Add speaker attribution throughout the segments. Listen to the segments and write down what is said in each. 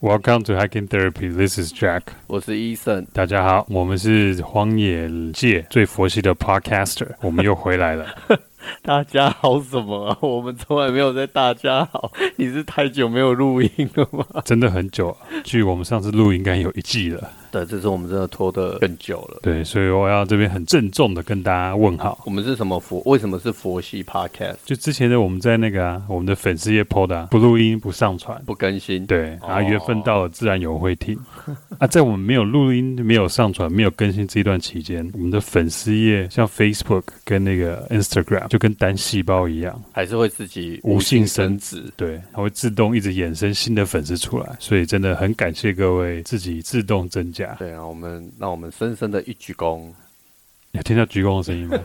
Speaker 1: Welcome to Hiking Therapy. This is Jack.
Speaker 2: 我是医生，
Speaker 1: 大家好，我们是荒野界最佛系的 Podcaster，我们又回来了。
Speaker 2: 大家好什么啊？ 我们从来没有在大家好， 你是太久没有录音了吗？
Speaker 1: 真的很久，距我们上次录应该有一季了。
Speaker 2: 对，这次我们真的拖得更久了。
Speaker 1: 对，所以我要这边很郑重的跟大家问好。
Speaker 2: 我们是什么佛？为什么是佛系 podcast
Speaker 1: 就之前的我们在那个、啊、我们的粉丝页 PO 的、啊，不录音不上传，
Speaker 2: 不更新？，
Speaker 1: 对，然后
Speaker 2: 哦
Speaker 1: 缘分到了，自然有人会听。啊，在我们没有录音、没有上传、没有更新这一段期间，我们的粉丝页像 Facebook 跟那个 Instagram 就跟单细胞一样，
Speaker 2: 还是会自己
Speaker 1: 无性生
Speaker 2: 殖？
Speaker 1: 对，它会自动一直衍生新的粉丝出来，所以真的很感谢各位自己自动增加。
Speaker 2: 对啊，我们让我们深深的一鞠躬。
Speaker 1: 有听到鞠躬的声 音吗？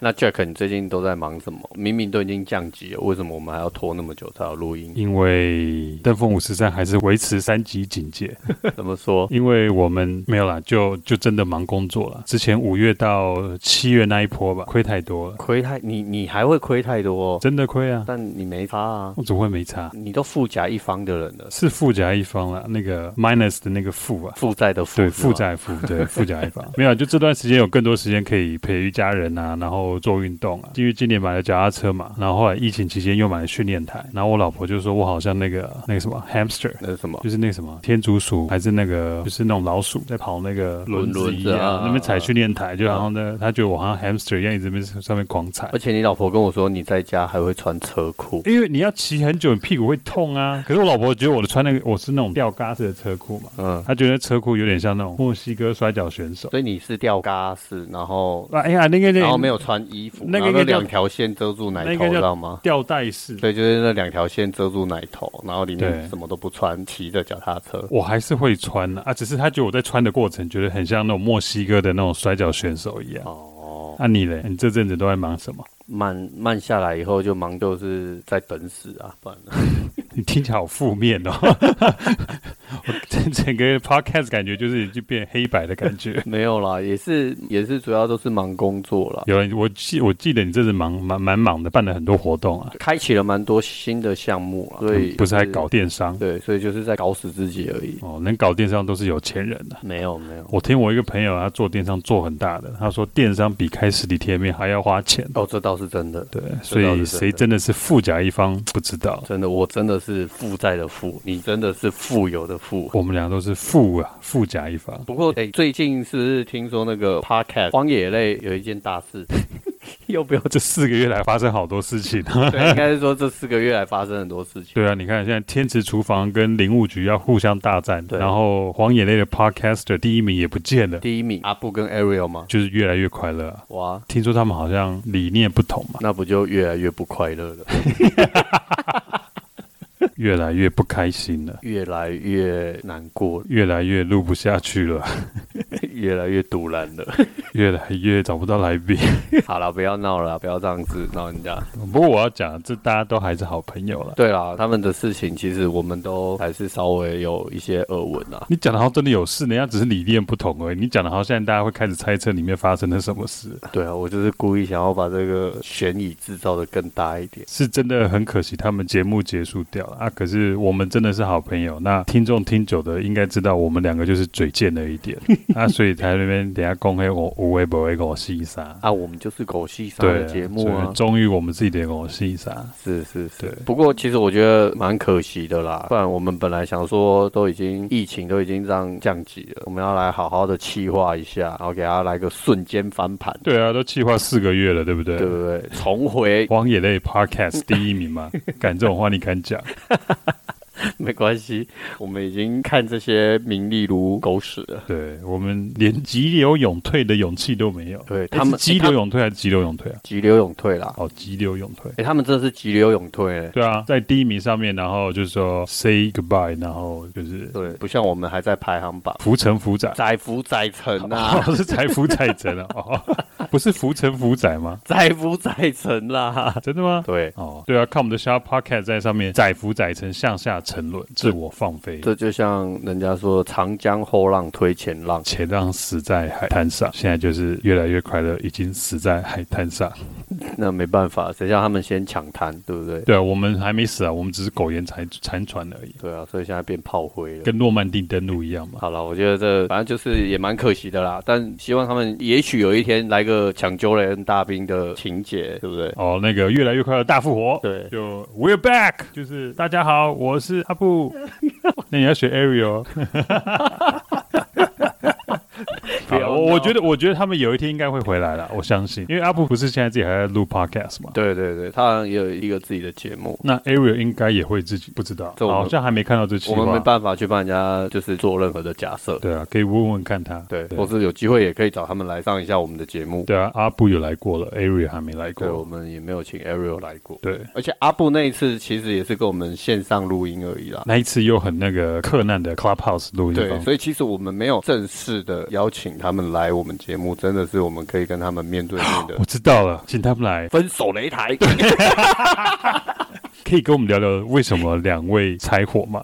Speaker 2: 那 Jack，你最近都在忙什么？明明都已经降级了，为什么我们还要拖那么久才要录 音？
Speaker 1: 因为登峰五十三还是维持三级警戒，
Speaker 2: 怎么说？
Speaker 1: 因为我们没有啦，就就真的忙工作了。之前五月到七月那一波吧，亏太多了，
Speaker 2: 亏太你你还会亏太多、 哦，
Speaker 1: 真的亏啊！
Speaker 2: 但你没差啊，
Speaker 1: 我怎么会没差？
Speaker 2: 你都富甲一方的人了，
Speaker 1: 是富甲一方啦，那个 minus 的那个负啊，
Speaker 2: 负债的负，
Speaker 1: 对，
Speaker 2: 是吗
Speaker 1: 负债负， 对，负甲一方。没有啊，就这段时间有更多时间可以培育家人啊，然后做运动啊。因为今年买了脚踏车嘛，然后后来疫情期间又买了训练台，然后我老婆就说我好像那个那个什么 hamster。
Speaker 2: 那是什么？
Speaker 1: 就是那个什么天竺鼠，还是那个就是那种老鼠在跑那个轮子一
Speaker 2: 轮子
Speaker 1: 样，
Speaker 2: 啊
Speaker 1: 那边踩训练台，就然后呢，他觉得我好像 hamster 一样，一直在上面狂踩
Speaker 2: 而。且你老婆跟我说你在家还会穿车裤，
Speaker 1: 因为你要骑很久，你屁股会痛啊。可是我老婆觉得我的穿那个我是那种吊嘎式的车裤嘛，
Speaker 2: 嗯，
Speaker 1: 她觉得车裤有点像那种墨西哥摔跤选手。
Speaker 2: 所以你是吊嘎式，然后
Speaker 1: 啊哎呀，那个那
Speaker 2: 然后
Speaker 1: 个
Speaker 2: 没有穿衣服，
Speaker 1: 那个
Speaker 2: 然后
Speaker 1: 应该叫
Speaker 2: 两条线遮住奶
Speaker 1: 那应
Speaker 2: 头，
Speaker 1: 该叫
Speaker 2: 知道吗？
Speaker 1: 吊带式，
Speaker 2: 对，就是那两条线遮住奶头，然后里
Speaker 1: 对
Speaker 2: 面什么都不穿，骑着脚踏车。
Speaker 1: 我还是会穿啊，啊只是她觉得我在穿的过程觉得很像那种墨西哥的那种摔跤选手一样。
Speaker 2: 哦，
Speaker 1: 啊你嘞？你这阵子都在忙什么？
Speaker 2: 慢慢下来以后就忙，就是在等死啊，不然呢。
Speaker 1: 你听起来好负面哦！ 我整整个 podcast 感觉就是已经变黑白的感觉
Speaker 2: 没有啦，也是也是主要都是忙工作啦。
Speaker 1: 有人，我记我记得你这次忙蛮蛮忙的，办了很多活动啊，
Speaker 2: 开启了蛮多新的项目啊，所以、
Speaker 1: 嗯不是还搞电商
Speaker 2: 对，所以就是在搞死自己而已。
Speaker 1: 哦，能搞电商都是有钱人的、
Speaker 2: 没有没有，
Speaker 1: 我听我一个朋友，他做电商做很大的，他说电商比开实体店面还要花钱。
Speaker 2: 哦，这倒是真的，
Speaker 1: 对，所以谁真的是富甲一方不知道，
Speaker 2: 真的，我真的是负债的负，你真的是富有的富。
Speaker 1: 我们俩都是富啊，富甲一方。
Speaker 2: 不过，哎、最近是不是听说那个 podcast 荒野类有一件大事？ 又不要
Speaker 1: 这四个月来发生好多事情。啊
Speaker 2: 对，应该是说这四个月来发生很多事情。
Speaker 1: 对啊，你看现在天池厨房跟林务局要互相大战，
Speaker 2: 对
Speaker 1: 然后黄眼泪的 podcaster 第一名也不见了，
Speaker 2: 第一名阿布跟 Ariel 吗？
Speaker 1: 就是越来越快乐、啊。
Speaker 2: 哇，
Speaker 1: 听说他们好像理念不同嘛，
Speaker 2: 那不就越来越不快乐了，
Speaker 1: 越来越不开心了，
Speaker 2: 越来越难过，
Speaker 1: 越来越录不下去了，
Speaker 2: 越来越堵然了。
Speaker 1: 越来越找不到来宾。
Speaker 2: 好了，不要闹了，不要这样子闹人家。
Speaker 1: 不过我要讲，这大家都还是好朋友了。
Speaker 2: 对啦，他们的事情其实我们都还是稍微有一些耳闻啊。
Speaker 1: 你讲的好像真的有事，人家只是理念不同而已。你讲的好像现在大家会开始猜测里面发生了什么事，
Speaker 2: 对啊，我就是故意想要把这个悬疑制造的更大一点。
Speaker 1: 是真的很可惜，他们节目结束掉了啊。可是我们真的是好朋友，那听众听久的应该知道，我们两个就是嘴贱了一点 啊，所以才那边等一下公开我无微不微跟我细杀。
Speaker 2: 啊，我们就是狗戏上
Speaker 1: 对
Speaker 2: 的
Speaker 1: 啊，
Speaker 2: 节目
Speaker 1: 所
Speaker 2: 啊
Speaker 1: 以，终于我们自己得跟我细杀。
Speaker 2: 是是是
Speaker 1: 对。
Speaker 2: 不过其实我觉得蛮可惜的啦，不然我们本来想说都已经疫情都已经这样降级了，我们要来好好的气化一下，然后给它来个瞬间翻盘，
Speaker 1: 对啊，都计划四个月了，对不对？
Speaker 2: 对不对？重回
Speaker 1: 荒野类 Podcast 第一名嘛，敢这种话你敢讲？
Speaker 2: 没关系，我们已经看这些名利如狗屎了。
Speaker 1: 对我们连急流勇退的勇气都没有。
Speaker 2: 对
Speaker 1: 诶
Speaker 2: 他们
Speaker 1: 哎是急流勇退还是急流勇退啊？
Speaker 2: 急流勇退啦！
Speaker 1: 哦，急流勇退。
Speaker 2: 哎、他们真的是急流勇退、欸，
Speaker 1: 对啊，在第一名上面，然后就是说 say goodbye，然后就是
Speaker 2: 对，不像我们还在排行榜，
Speaker 1: 浮沉浮载，
Speaker 2: 载浮载沉啊，
Speaker 1: 哦，是 财浮载沉啊，哦， 不是浮沉浮载吗？
Speaker 2: 载浮载沉啦。啊
Speaker 1: 真的吗？
Speaker 2: 对，
Speaker 1: 哦，对啊，看我们的虾 podcast 在上面载浮载沉向下沉沦、自我放飞。
Speaker 2: 这就像人家说“长江后浪推前浪
Speaker 1: 前浪死在海滩上，现在就是越来越快乐，已经死在海滩上。”，
Speaker 2: 那没办法，谁叫他们先抢滩，对不对？
Speaker 1: 对啊，我们还没死啊，我们只是苟延残残喘而已，
Speaker 2: 对啊，所以现在变炮灰了。
Speaker 1: 跟诺曼底登陆一样嘛。
Speaker 2: 好了，我觉得这反正就是也蛮可惜的啦，但希望他们也许有一天来个抢救雷恩大兵的情节，对不对？
Speaker 1: 哦，那个越来越快乐大复活，
Speaker 2: 对
Speaker 1: 就 We're back，就是大家好，我是阿 布。那你要学 Ariel 哦。
Speaker 2: 不要
Speaker 1: 好我
Speaker 2: 闹
Speaker 1: 我觉得，我觉得他们有一天应该会回来了，我相信，因为阿布不是现在自己还在录 podcast 嘛，
Speaker 2: 对对对，他好像也有一个自己的节目，
Speaker 1: 那 Ariel 应该也会自己不知道，
Speaker 2: 这我们
Speaker 1: 好像还没看到这期
Speaker 2: 我们没
Speaker 1: 吧？
Speaker 2: 办法去帮人家就是做任何的假设，
Speaker 1: 对啊，可以问问看他。
Speaker 2: 对，
Speaker 1: 对
Speaker 2: 或是有机会也可以找他们来上一下我们的节目。
Speaker 1: 对啊，阿布有来过了，Ariel 还没来
Speaker 2: 对，哦我
Speaker 1: 过。
Speaker 2: 们也没有请 Ariel 来过，
Speaker 1: 对，
Speaker 2: 而且阿布那一次其实也是跟我们线上录音而已啦。
Speaker 1: 那一次又很那个克难的 Clubhouse 录音
Speaker 2: 对，
Speaker 1: 方式，
Speaker 2: 所以其实我们没有正式的邀请他们来我们节目，真的是我们可以跟他们面对面的
Speaker 1: 我知道了，请他们来，
Speaker 2: 分手擂 台。
Speaker 1: 可以跟我们聊聊为什么两位柴火吗？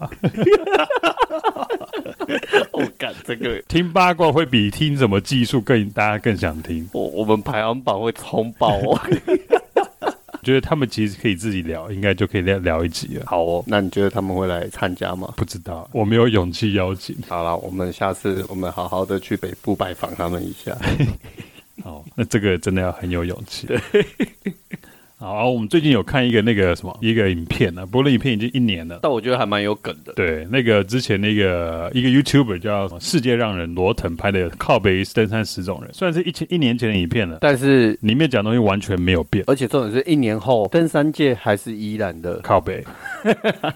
Speaker 2: 我哦干这个，
Speaker 1: 听八卦会比听什么技术更大家更想听，
Speaker 2: 我我们排行榜会冲爆哦。
Speaker 1: 我觉得他们其实可以自己聊，应该就可以聊聊一集了。
Speaker 2: 好哦，那你觉得他们会来参加吗？
Speaker 1: 不知道，我没有勇气邀请。
Speaker 2: 好啦，我们下次我们好好的去北部拜访他们一下。
Speaker 1: 哦，那这个真的要很有勇气。 好，我们最近有看一个那个什么一个影片呢、啊，不过那影片已经一年了。
Speaker 2: 但我觉得还蛮有梗的。
Speaker 1: 对，那个之前那个一个 YouTuber 叫什么“世界让人罗腾”拍的《靠北登山十种人》，虽然是一千一年前的影片了，但
Speaker 2: 但是，
Speaker 1: 里面讲的东西完全没有变。
Speaker 2: 而且重点是一年后，登山界还是依然的，
Speaker 1: 靠 北，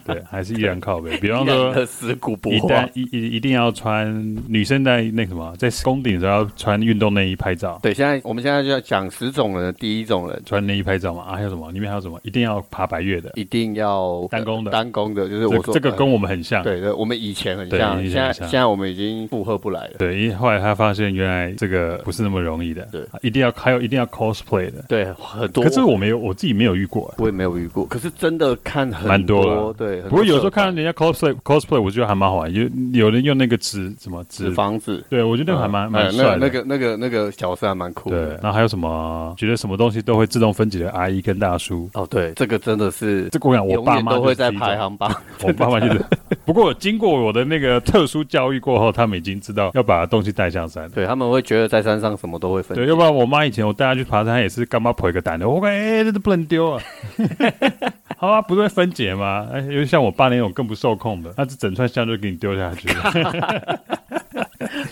Speaker 1: 对，还是依然靠北。比方
Speaker 2: 依然
Speaker 1: 说，
Speaker 2: 的死骨不
Speaker 1: 一旦
Speaker 2: 化。
Speaker 1: 一一一定要穿女生在那个什么，在宫顶的时候要穿运动内衣拍照，
Speaker 2: 对，现在我们现在就要讲十种人的第一种人，
Speaker 1: 穿内衣拍照嘛啊，还有什么？里面还有什么？一定要爬白月的，
Speaker 2: 一定要
Speaker 1: 单攻的
Speaker 2: 单攻的，就是我
Speaker 1: 这
Speaker 2: 说
Speaker 1: 这个
Speaker 2: 呃
Speaker 1: 跟我们很像。
Speaker 2: 对对，我们以前很
Speaker 1: 对
Speaker 2: 像，
Speaker 1: 以
Speaker 2: 现
Speaker 1: 前
Speaker 2: 在
Speaker 1: 很
Speaker 2: 现
Speaker 1: 像
Speaker 2: 在我们已经负荷不来了。
Speaker 1: 对，因为后来他发现原来这个不是那么容易的，
Speaker 2: 对
Speaker 1: 啊一定要还有一定要 cosplay 的。
Speaker 2: 对，很多。
Speaker 1: 可是我没有，我自己没有遇过、
Speaker 2: 我也没有遇过，可是真的看很
Speaker 1: 蛮多了
Speaker 2: 对。很
Speaker 1: 不过有时候
Speaker 2: 社团
Speaker 1: 看到人家 cosplay cosplay，我觉得还蛮好玩。有有人用那个纸什么纸
Speaker 2: 纸，房子，
Speaker 1: 对我觉得那个还蛮蛮
Speaker 2: 呃
Speaker 1: 帅的。
Speaker 2: 那个那个那个那个角色还蛮酷
Speaker 1: 对，
Speaker 2: 的。
Speaker 1: 然后还有什么？觉得什么东西都会自动分解的阿姨跟大叔，
Speaker 2: 哦，对，这个真的是
Speaker 1: 这个我想我
Speaker 2: 永
Speaker 1: 爸
Speaker 2: 远
Speaker 1: 妈
Speaker 2: 都
Speaker 1: 就是
Speaker 2: 会在
Speaker 1: 第一种
Speaker 2: 排，行榜。
Speaker 1: 我爸妈就是。不过经过我的那个特殊教育过后，他们已经知道要把东西带向山了。
Speaker 2: 对他们会觉得在山上什么都会分
Speaker 1: 对，要不然我妈以前我带她去爬山，她也是干嘛破一个蛋的，我感觉哎，这都不能丢啊。 好啊，不是会分解吗？哎，尤其像我爸那种更不受控的，他这整串香就给你丢下去了。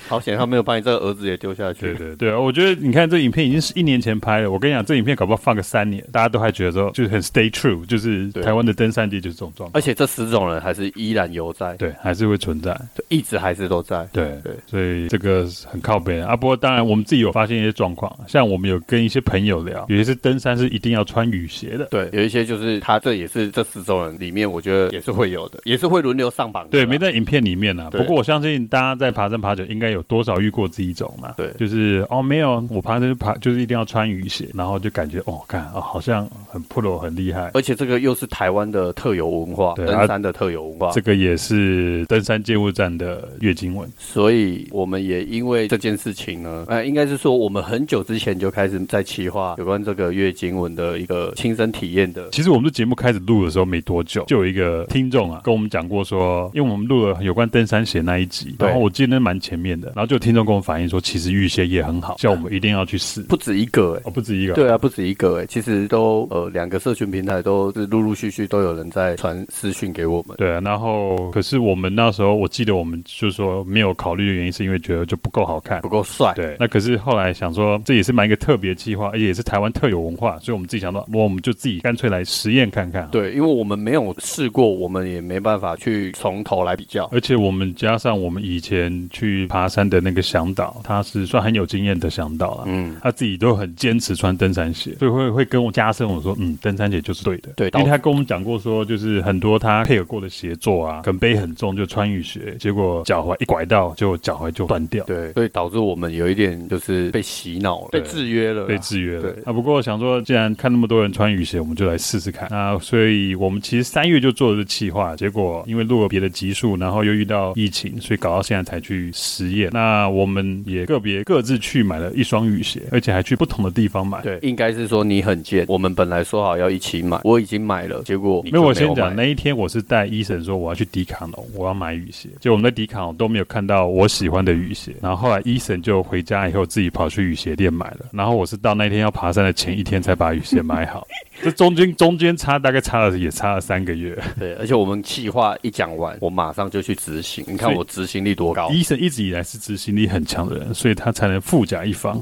Speaker 2: 好险他没有把你这个儿子也丢下
Speaker 1: 对
Speaker 2: 去。
Speaker 1: 对对，我觉得你看这影片已经是一年前拍了，我跟你讲，这影片搞不好放个三年，大家都还觉得说就是很 stay true，就是
Speaker 2: 对
Speaker 1: 台湾的登山界就是这种状态，
Speaker 2: 而且这十种人还是依然犹在，
Speaker 1: 对，还是会存在。
Speaker 2: 就一直还是都在。
Speaker 1: 对
Speaker 2: 对
Speaker 1: 所以这个是很靠边啊。不过当然，我们自己有发现一些状况，像我们有跟一些朋友聊，有些是登山是一定要穿雨鞋的，
Speaker 2: 对，有一些就是他这也是这十种人里面，我觉得也是会有的，也是会轮流上榜的啦。
Speaker 1: 对，没在影片里面啊。
Speaker 2: 对
Speaker 1: 不过我相信大家在爬山爬久，应该有多少遇过这一种嘛？
Speaker 2: 对
Speaker 1: 就是哦，没有，我爬山就爬，就是一定要穿雨鞋，然后就感觉哦，看哦，好像很 pro 很厉害。
Speaker 2: 而且这个又是台湾的特有文化，
Speaker 1: 对
Speaker 2: 登
Speaker 1: 啊
Speaker 2: 山的特有文化，
Speaker 1: 这个也是登山界务站的月经文，
Speaker 2: 所以我们也因为这件事情呢，呃，应该是说我们很久之前就开始在企划有关这个月经文的一个亲身体验的。
Speaker 1: 其实我们这节目开始录的时候没多久，就有一个听众啊跟我们讲过说，因为我们录了有关登山鞋那一集，
Speaker 2: 对
Speaker 1: 然后我记得那蛮前面的，然后就有听众跟我反映说，其实玉鞋也很好，叫我们一定要去试。
Speaker 2: 不止一个、欸，
Speaker 1: 哦，不止一个，
Speaker 2: 对啊，不止一个哎、其实都呃两个社群平台都是陆陆续续都有人在传私讯给我们。
Speaker 1: 对啊，然后可是我们那时候，我记得我们就说没有考虑的原因，是因为觉得就不够好看
Speaker 2: 不。够帅，
Speaker 1: 对，那可是后来想说，这也是蛮一个特别计划，而且也是台湾特有文化，所以我们自己想到，那我们就自己干脆来实验看看。，
Speaker 2: 对，因为我们没有试过，我们也没办法去从头来比较。
Speaker 1: 而且我们加上我们以前去爬山的那个向导，他是算很有经验的向导了，
Speaker 2: 嗯，
Speaker 1: 他自己都很坚持穿登山鞋，所以会会跟我加深我说，嗯，登山鞋就是对的，
Speaker 2: 对
Speaker 1: 因为他跟我们讲过说，就是很多他配合过的鞋做啊，可能背很重就穿雨鞋，结果脚踝一拐到，结果脚踝就断掉，
Speaker 2: 对，所以导致我们有一点就是被洗脑了，被制约了啦，
Speaker 1: 被制约了
Speaker 2: 对。
Speaker 1: 啊，不过想说，既然看那么多人穿雨鞋，我们就来试试看。那所以我们其实三月就做了企划，结果因为录了别的集数，然后又遇到疫情，所以搞到现在才去实验。那我们也个别各自去买了一双雨鞋，而且还去不同的地方买。
Speaker 2: 对，应该是说你很贱。我们本来说好要一起买，我已经买了，结果你
Speaker 1: 没
Speaker 2: 就
Speaker 1: 有，
Speaker 2: 没
Speaker 1: 我先讲
Speaker 2: 买
Speaker 1: 那一天，我是带医生说我要去迪卡侬，我要买雨鞋。结果我们在迪卡侬都没有看到我喜欢的雨鞋。然后后来医生就回家以后自己跑去雨鞋店买了。然后我是到那天要爬山的前一天才把雨鞋买好。这中间中间差大概差了也差了三个月。
Speaker 2: 对，而且我们计划一讲完，我马上就去执行。你看
Speaker 1: 所以
Speaker 2: 我执行力多高，
Speaker 1: 医生一直以来是执行力很强的人，所以他才能富甲一方。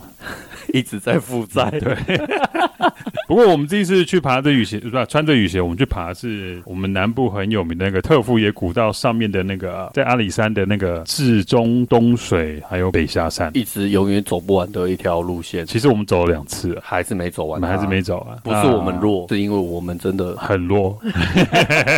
Speaker 2: 一直在负债。
Speaker 1: 对。不过我们这一次去爬的雨鞋，不是穿着雨鞋，我们去爬的是我们南部很有名的那个特富野古道上面的那个，在阿里山的那个至中东水，还有北下山。
Speaker 2: 一直永远走不完的一条路线，
Speaker 1: 其实我们走了两次了，
Speaker 2: 还是没走
Speaker 1: 我
Speaker 2: 完它，
Speaker 1: 们还是没走啊。
Speaker 2: 不是我们
Speaker 1: 啊
Speaker 2: 弱，是因为我们真的
Speaker 1: 很弱，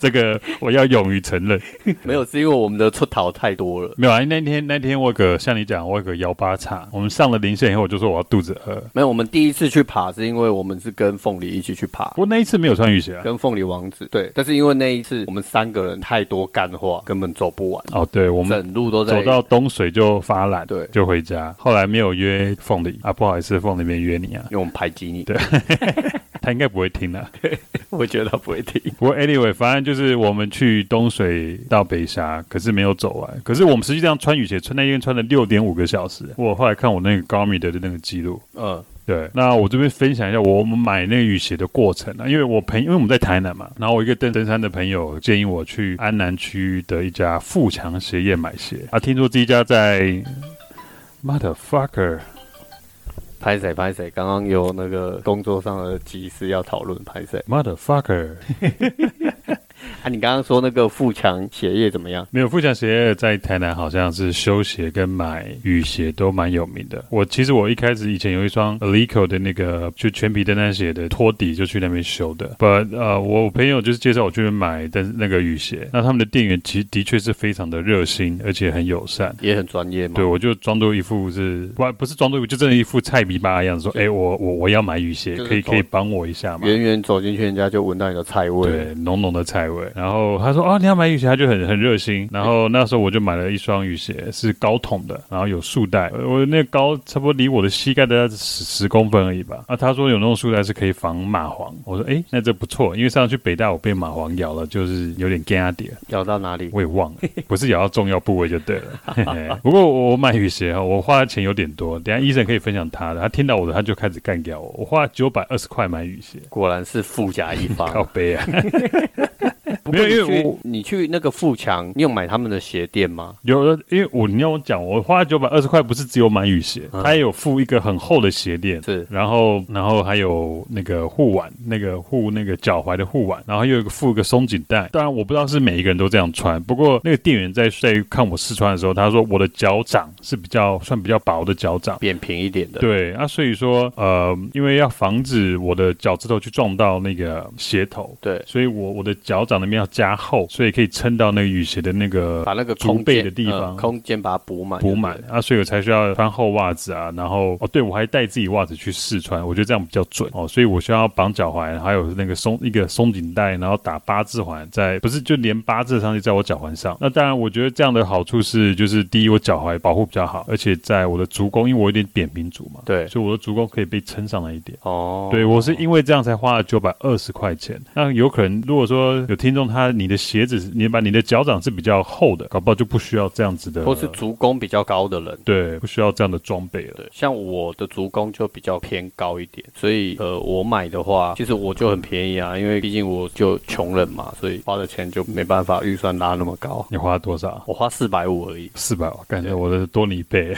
Speaker 1: 这个我要勇于承认。
Speaker 2: 没有，是因为我们的出逃太多了。
Speaker 1: 没有啊，那天那天我有个像你讲，我有个幺八叉，我们上了零线以后，我就说我要肚子饿。
Speaker 2: 没有，我们第一次去爬是因为我们是跟凤梨一起去爬
Speaker 1: 不，过那一次没有穿雨鞋啊。
Speaker 2: 跟凤梨王子对，但是因为那一次我们三个人太多干话，根本走不完，
Speaker 1: 哦，对，我们
Speaker 2: 整路都在
Speaker 1: 走到东水就发懒，
Speaker 2: 对
Speaker 1: 就回家。后来没有约凤梨啊，不好意思，凤梨没约你啊，
Speaker 2: 因为我们排挤你，对，
Speaker 1: 他应该不会听的、 啊
Speaker 2: 我觉得他不会听。
Speaker 1: 不过 anyway，反正就是我们去东水到北峡，可是没有走完。可是我们实际上穿雨鞋，穿那天穿了六点五个小时。我后来看我那个 Garmin 的那个记录，
Speaker 2: 嗯，
Speaker 1: 对，那我这边分享一下我们买那个雨鞋的过程啊，因为我朋因为我们在台南嘛，然后我一个登登山的朋友建议我去安南区的一家富强鞋业买鞋啊，听说这一家在 motherfucker
Speaker 2: 拍谁拍谁，刚刚有那个工作上的急事要讨论拍谁
Speaker 1: motherfucker
Speaker 2: 啊？你刚刚说那个富强鞋业怎么样？
Speaker 1: 没有富强鞋业在台南好像是修鞋跟买雨鞋都蛮有名的。我其实我一开始以前有一双 Alico 的那个就全皮登山鞋的托底，就去那边修的。But 呃，我朋友就是介绍我去买的那个雨鞋，那他们的店员其实的确是非常的热心，而且很友善。
Speaker 2: 也很专业嘛。
Speaker 1: 对，我就装作一副是不不是装作一副，就真的一副菜逼巴的样子，说：“哎、我我我要买雨鞋，
Speaker 2: 就是
Speaker 1: 可以
Speaker 2: 走
Speaker 1: 可以帮我一下吗？”
Speaker 2: 远远走进去，人家就闻到你的菜味。
Speaker 1: 对，浓浓的菜味。然后他说：“哦，你要买雨鞋，他就很很热心。”然后那时候我就买了一双雨鞋，是高筒的，然后有束带。呃我那高差不多离我的膝盖大概十十公分而已吧。啊，他说有那种束带是可以防蚂蟥。我说：“诶，那这不错，因为上次去北大我被蚂蟥咬了，就是有点干点。”
Speaker 2: 咬到哪里？
Speaker 1: 我也忘了，不是咬到重要部位就对了。嘿嘿不过我买雨鞋哈，我花的钱有点多，等一下医生可以分享他的。他听到我的，他就开始干掉我。我花九百二十块买雨鞋，
Speaker 2: 果然是富甲一方。
Speaker 1: 靠背啊！
Speaker 2: 不
Speaker 1: 没有因
Speaker 2: 过你
Speaker 1: 为
Speaker 2: 去
Speaker 1: 我
Speaker 2: 你去那个富强，你有买他们的鞋垫吗？
Speaker 1: 有的，因为我你要我讲，我花九百二十块不是只有买雨鞋，
Speaker 2: 嗯
Speaker 1: 它也有附一个很厚的鞋垫，
Speaker 2: 是
Speaker 1: 然后然后还有那个护腕，那个护那个脚踝的护腕，然后又有一个附一个松紧带。当然我不知道是每一个人都这样穿，不过那个店员在在看我试穿的时候，他说我的脚掌是比较算比较薄的脚掌。
Speaker 2: 扁平一点的。，
Speaker 1: 对啊，所以说，呃，因为要防止我的脚趾头去撞到那个鞋头，
Speaker 2: 对
Speaker 1: 所以我我的脚掌那边要加厚，所以可以撑到那个雨鞋的那个
Speaker 2: 把那个
Speaker 1: 足
Speaker 2: 空
Speaker 1: 背
Speaker 2: 间
Speaker 1: 的地
Speaker 2: 呃
Speaker 1: 方，
Speaker 2: 空间把它补满。
Speaker 1: 补满
Speaker 2: 对不
Speaker 1: 啊，所以我才需要穿厚袜子啊，然后哦，对我还带自己袜子去试穿，我觉得这样比较准哦，所以我需要绑脚踝，还有那个松一个松紧带，然后打八字环在，不是就连八字上去在我脚踝上。那当然，我觉得这样的好处是，就是第一，我脚踝保护比较好，而且在我的足弓，因为我有点扁平足嘛，
Speaker 2: 对
Speaker 1: 所以我的足弓可以被撑上来一点。
Speaker 2: 对哦，
Speaker 1: 对，我是因为这样才花了九百二十块钱。那有可能，如果说有听众他你的鞋子，你把你的脚掌是比较厚的，搞不好就不需要这样子的，
Speaker 2: 或是足弓比较高的人。
Speaker 1: 对，不需要这样的装备了。
Speaker 2: 对，像我的足弓就比较偏高一点，所以呃，我买的话，其实我就很便宜啊，因为毕竟我就穷人嘛，所以花的钱就没办法预算拉那么高，
Speaker 1: 你花了多少？
Speaker 2: 我花四百五而已，
Speaker 1: 四百，我感觉我的多你一 倍。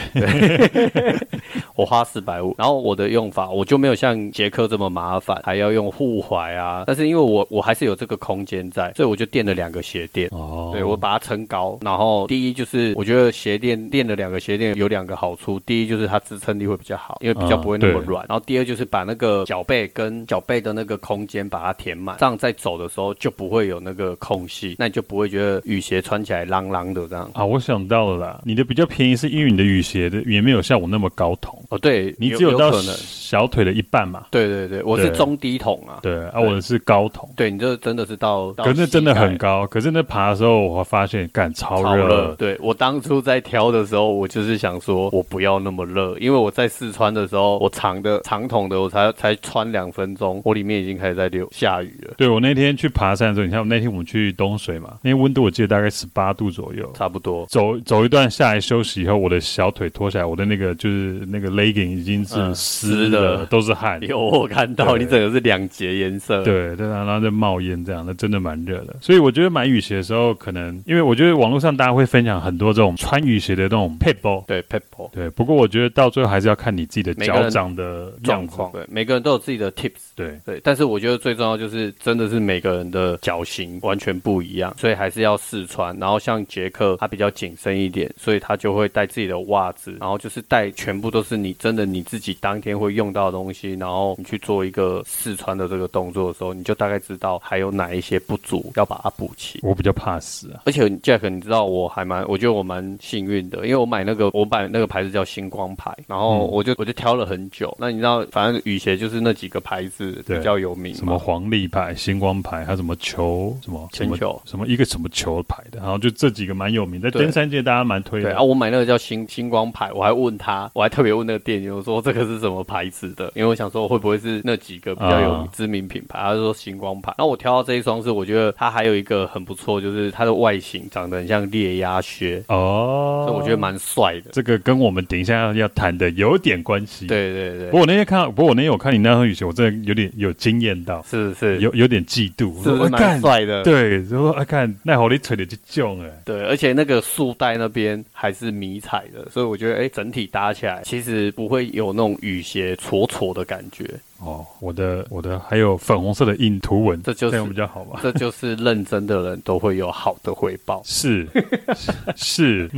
Speaker 2: 我花四百五，然后我的用法我就没有像杰克这么麻烦，还要用护踝啊，但是因为我我还是有这个空间在，所以所以我就垫了两个鞋垫。
Speaker 1: 哦，
Speaker 2: 对我把它撑高，然后第一就是我觉得鞋垫垫了两个鞋垫有两个好处，第一就是它支撑力会比较好，因为比较
Speaker 1: 嗯
Speaker 2: 不会那么
Speaker 1: 对
Speaker 2: 软，然后第二就是把那个脚背跟脚背的那个空间把它填满，这样在走的时候就不会有那个空隙，那你就不会觉得雨鞋穿起来啷啷的这样。
Speaker 1: 啊，我想到了啦，你的比较便宜是因为你的雨鞋的也没有像我那么高筒，
Speaker 2: 哦，对，
Speaker 1: 你只
Speaker 2: 有
Speaker 1: 到
Speaker 2: 可能，
Speaker 1: 小腿的一半嘛。
Speaker 2: 对对对，我是
Speaker 1: 对
Speaker 2: 中低筒啊，
Speaker 1: 对，啊，我的是高筒，
Speaker 2: 对你这真的是到，到
Speaker 1: 可是那真的
Speaker 2: 膝盖
Speaker 1: 很高。可是那爬的时候，我发现干超
Speaker 2: 超热
Speaker 1: 热，，
Speaker 2: 对我当初在挑的时候，我就是想说，我不要那么热，因为我在试穿的时候，我长的长筒的，我才才穿两分钟，我里面已经开始在流下雨了，
Speaker 1: 对我那天去爬山的时候，你看我那天我们去东水嘛，那天温度我记得大概十八度左右。
Speaker 2: 差不多。
Speaker 1: 走走一段下来休息以后，我的小腿脱下来，我的那个就是那个 legging 已经是
Speaker 2: 嗯
Speaker 1: 湿
Speaker 2: 湿
Speaker 1: 的，
Speaker 2: 的
Speaker 1: 都是 汗。
Speaker 2: 有我看到
Speaker 1: 对
Speaker 2: 你整个是两节颜色，，
Speaker 1: 对，对啊，然后在冒烟这样，那真的蛮热的。所以我觉得买雨鞋的时候，可能因为我觉得网络上大家会分享很多这种穿雨鞋的那种配包。
Speaker 2: 对 p e p l e
Speaker 1: 对，不过我觉得到最后还是要看你自己的
Speaker 2: 每个
Speaker 1: 脚
Speaker 2: 人
Speaker 1: 掌的
Speaker 2: 状
Speaker 1: 样子
Speaker 2: 况，。对，每个人都有自己的 tips。
Speaker 1: 对，
Speaker 2: 对，但是我觉得最重要就是，真的是每个人的脚型完全不一样，所以还是要试穿。然后像杰克，他比较紧身一点，所以他就会带自己的袜子，然后就是带全部都是你真的你自己当天会用到的东西，然后你去做一个试穿的这个动作的时候，你就大概知道还有哪一些不足，要把它补齐。
Speaker 1: 我比较怕死啊。
Speaker 2: 而且 Jack，你知道我还蛮，我觉得我蛮幸运的，因为我买那个，我买那个牌子叫星光牌，然后
Speaker 1: 嗯
Speaker 2: 我就、我就挑了很久。那你知道，反正雨鞋就是那几个牌子
Speaker 1: 对
Speaker 2: 比较有名嘛，
Speaker 1: 什么黄历牌、星光牌，还有什么球什么
Speaker 2: 铅球
Speaker 1: 什么什么一个什么球牌的，然后就这几个蛮有名，在
Speaker 2: 对
Speaker 1: 登山界大家蛮推
Speaker 2: 对
Speaker 1: 的。
Speaker 2: 啊，我买那个叫星星光牌，我还问他，我还特别问那个店员，我说这个是什么牌子的？因为我想说会不会是那几个比较有
Speaker 1: 啊
Speaker 2: 知名品牌？他就说星光牌。然后我挑到这一双是，我觉得它还有一个很不错，就是它的外形长得很像猎鸭靴，
Speaker 1: 哦
Speaker 2: 所以，我觉得蛮帅的。
Speaker 1: 这个跟我们等一下要谈的有点关系。，
Speaker 2: 对对
Speaker 1: 不
Speaker 2: 对，
Speaker 1: 过我那天看到，不过我那天有看你那双雨鞋，我真的有点有惊艳到，
Speaker 2: 是是
Speaker 1: 有有点嫉妒，
Speaker 2: 是不
Speaker 1: 我
Speaker 2: 是
Speaker 1: 说
Speaker 2: 蛮
Speaker 1: 干
Speaker 2: 帅的？
Speaker 1: 对，然后啊看奈何你腿的就囧哎，
Speaker 2: 对，而且那个束带那边还是迷彩的，所以我觉得哎，整体搭起来其实不会有那种雨鞋戳戳的感觉。
Speaker 1: 哦，我的我的还有粉红色的印图文，
Speaker 2: 这就是
Speaker 1: 样比较好吧？
Speaker 2: 这就是认真的人都会有好的回报。
Speaker 1: 是 是，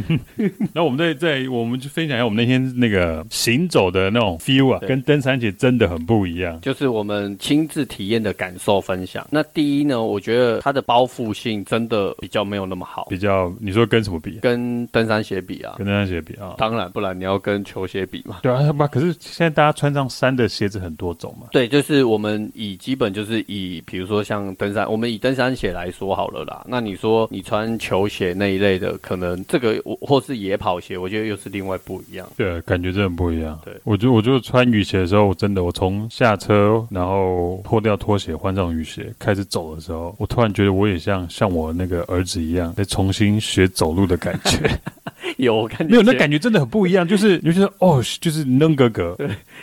Speaker 1: 那我们再再我们去分享一下我们那天那个行走的那种 feel 啊，
Speaker 2: 对
Speaker 1: 跟登山鞋真的很不一样。
Speaker 2: 就是我们亲自体验的感受分享。那第一呢，我觉得它的包覆性真的比较没有那么好，
Speaker 1: 比较你说跟什么比？啊
Speaker 2: 跟登山鞋比啊，
Speaker 1: 跟登山鞋比啊？
Speaker 2: 当然，不然你要跟球鞋比嘛。
Speaker 1: 对啊，不，可是现在大家穿上山的鞋子很多种嘛。
Speaker 2: 对，就是我们以基本就是以，比如说像登山，我们以登山鞋来说好了啦。那你说你穿球鞋那一类的，可能这个我或是野跑鞋，我觉得又是另外不一样。
Speaker 1: 对，感觉真的不一样。
Speaker 2: 对
Speaker 1: 我就我就穿雨鞋的时候，我真的我从下车，然后脱掉拖鞋，换上雨鞋，开始走的时候，我突然觉得我也像像我那个儿子一样，在重新学走路的感觉。
Speaker 2: 有，我看你
Speaker 1: 没有，那
Speaker 2: 前
Speaker 1: 感觉真的很不一样，就是你就觉得哦，就是扔哥哥，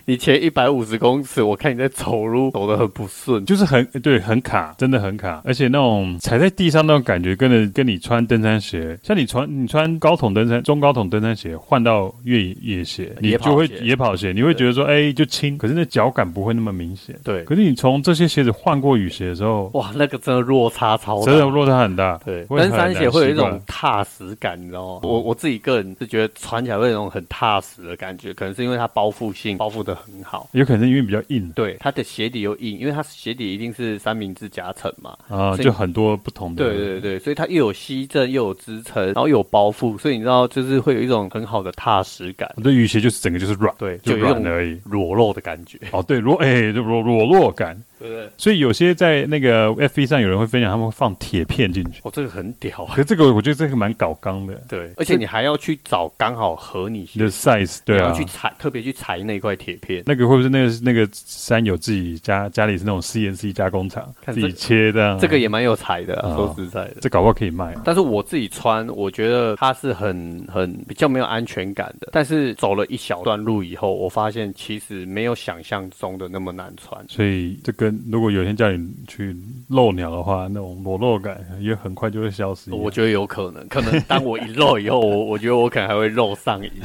Speaker 2: 你前一百五十公尺，我看你在走路走得很不顺。
Speaker 1: 就是很对，很卡，真的很卡，而且那种踩在地上那种感觉，跟着跟你穿登山鞋，像你穿你穿高筒登山中高筒登山鞋，换到越野野鞋，你
Speaker 2: 野跑
Speaker 1: 就会
Speaker 2: 鞋
Speaker 1: 野跑鞋，你会觉得说，哎，就轻，可是那脚感不会那么明显。
Speaker 2: 对
Speaker 1: 可，是你从这些鞋子换过雨鞋的时候，
Speaker 2: 哇，那个真的落差超大。
Speaker 1: 真的落差很大。
Speaker 2: 哦对，
Speaker 1: 会很
Speaker 2: 登山鞋
Speaker 1: 难
Speaker 2: 会有一
Speaker 1: 习惯
Speaker 2: 种踏实感，你知道吗？我我自己个人是觉得穿起来会有一种很踏实的感觉，可能是因为它包覆性包覆的很好。
Speaker 1: 有可能是因为比较硬
Speaker 2: 对，它的鞋底又硬，因为它鞋底一定是三明治夹层嘛。
Speaker 1: 啊，
Speaker 2: 所以
Speaker 1: 就很多不同的。
Speaker 2: 对对对，所以它又有吸震，又有支撑，然后又有包覆，所以你知道，就是会有一种很好的踏实感，
Speaker 1: 我的雨鞋就是整个就是软，
Speaker 2: 对，
Speaker 1: 就
Speaker 2: 就有一
Speaker 1: 软
Speaker 2: 种
Speaker 1: 而已。
Speaker 2: 裸露的感觉，
Speaker 1: 哦，对，裸哎，就裸裸露感，
Speaker 2: 对不对？
Speaker 1: 所以有些在那个 F E 1上有人会分享，他们会放铁片进去。
Speaker 2: 哦，这个很屌啊
Speaker 1: 可！是这个我觉得这个蛮搞刚的，
Speaker 2: 对，而且你还要去找刚好合你
Speaker 1: 你
Speaker 2: 鞋
Speaker 1: 的，size 对
Speaker 2: 你
Speaker 1: 啊
Speaker 2: 要，去裁，特别去裁那块铁片。
Speaker 1: 那个会不会是那个那个山友自己家家里是那种 CNC 加工厂
Speaker 2: 看
Speaker 1: 自
Speaker 2: 这
Speaker 1: 己切的啊？
Speaker 2: 这个也蛮有才的、啊，
Speaker 1: 哦
Speaker 2: 说实在的。
Speaker 1: 这搞不好可以卖啊。
Speaker 2: 但是我自己穿，我觉得它是很很比较没有安全感的。但是走了一小段路以后，我发现其实没有想象中的那么难穿。
Speaker 1: 所以这跟如果有一天叫你去露鸟的话，那种裸露感也很快就会消失一样。
Speaker 2: 我觉得有可能，可能当我一露以后，我我觉得我可能还会露上瘾。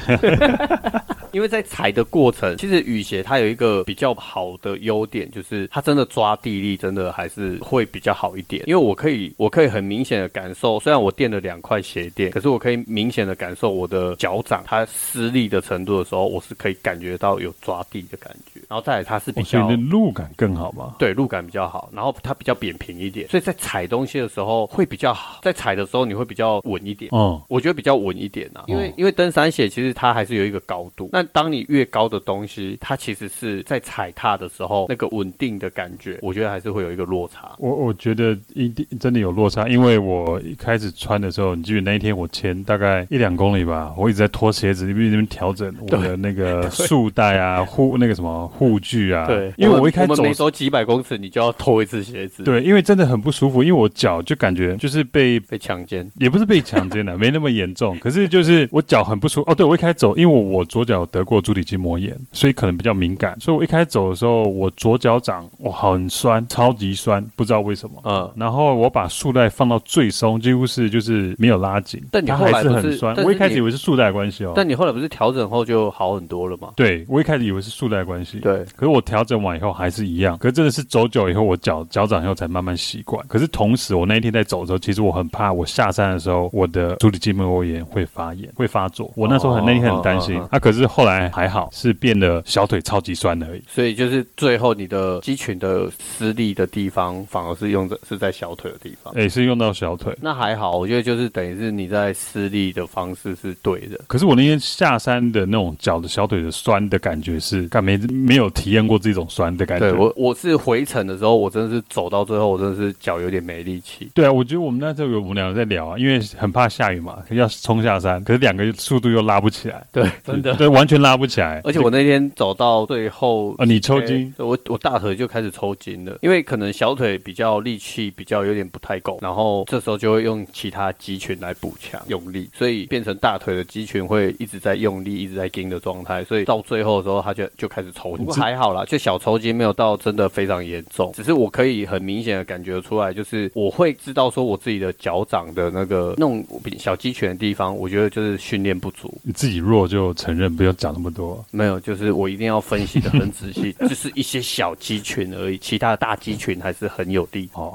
Speaker 2: 因为在踩的过程，其实雨鞋它有一个比较好的优点，就是它真的抓地力真的还是会比较好一点。因为我可以，我可以很明显的感受，虽然我垫了两块鞋垫，可是我可以明显的感受我的脚掌它施力的程度的时候，我是可以感觉到有抓地的感觉。然后再来，它是比
Speaker 1: 哦所以
Speaker 2: 较、
Speaker 1: 你的路感更好吧？
Speaker 2: 对，路感比较好，然后它比较扁平一点，所以在踩东西的时候会比较好，在踩的时候你会比较稳一点。
Speaker 1: 哦，
Speaker 2: 我觉得比较稳一点啊，因为、
Speaker 1: 哦
Speaker 2: 因为登山鞋其实它还是有一个高度，那当你越高的东西，它其实是在踩踏的时候那个稳定的感觉，我觉得还是会有一个落差。
Speaker 1: 我我觉得一定真的有落差，因为我一开始穿的时候，你记得那一天我前大概一两公里吧，我一直在脱鞋子，因为那边调整我的那个束带啊、护那个什么护具啊。
Speaker 2: 对，
Speaker 1: 因为
Speaker 2: 我
Speaker 1: 我一开始
Speaker 2: 们
Speaker 1: 走
Speaker 2: 每走几百公尺，你就要脱一次鞋子，，
Speaker 1: 对，因为真的很不舒服，因为我脚就感觉就是被。
Speaker 2: 被强奸。
Speaker 1: 也不是被强奸的，没那么严重。可是就是我脚很不舒服。哦，对，我一开始走，因为我我左脚得过足底筋膜炎，所以可能比较敏感。所以我一开始走的时候，我左脚掌哇很酸，超级酸，不知道为什么。
Speaker 2: 嗯，
Speaker 1: 然后我把束带放到最松，几乎是就是没有拉紧，
Speaker 2: 但你
Speaker 1: 它
Speaker 2: 后来
Speaker 1: 还是
Speaker 2: 不是
Speaker 1: 很酸。
Speaker 2: 但是
Speaker 1: 我一开
Speaker 2: 你
Speaker 1: 始以为是束带的关系哦，
Speaker 2: 但你后来不是调整后就好很多了吗？
Speaker 1: 对我一开始以为是束带的关系，
Speaker 2: 对
Speaker 1: 可是我调整完以后还是一样，可是真的是走久以后，我脚脚掌以后才慢慢习惯。可是同时，我那一天在走的时候，其实我很怕，我下山的时候，我的足底筋膜炎会发炎，会发作。我那时候很
Speaker 2: 哦
Speaker 1: 那天很担心
Speaker 2: 哦哦哦
Speaker 1: 啊，可是后来还好，是变得小腿超级酸而已。
Speaker 2: 所以就是最后你的肌群的施力的地方，反而是用的是在小腿的地方。
Speaker 1: 诶，是用到小腿。
Speaker 2: 那还好，我觉得就是等于是你在施力的方式是对的。
Speaker 1: 可是我那天下山的那种脚的小腿的酸的感觉是，干没没有体验过这种酸的感觉。
Speaker 2: 对我，我是回程的时候，我真的是走到最后，我真的是脚有点没力气。
Speaker 1: 对啊，我觉得我们那时候有我们两个在聊啊，因为很怕下雨嘛，要冲下山，可是两个又速度又拉不起来，
Speaker 2: 对，
Speaker 1: 对，完全拉不起来。
Speaker 2: 而且我那天走到最后，
Speaker 1: 啊，你抽筋
Speaker 2: 欸，我我大腿就开始抽筋了，因为可能小腿比较力气比较有点不太够，然后这时候就会用其他肌群来补强用力，所以变成大腿的肌群会一直在用力，一直在盯的状态，所以到最后的时候，它就就开始抽筋。不过还好啦，就小抽筋没有到真的非常严重，只是我可以很明显的感觉出来，就是我会知道说我自己的脚掌的那个那种小肌群的地方，我觉得就是训练不足，
Speaker 1: 你自己弱就承认，不要讲那么 多。
Speaker 2: 没有，就是我一定要分析的很仔细， 就是一些小肌群而已，其他的大肌群还是很有力。
Speaker 1: 哦。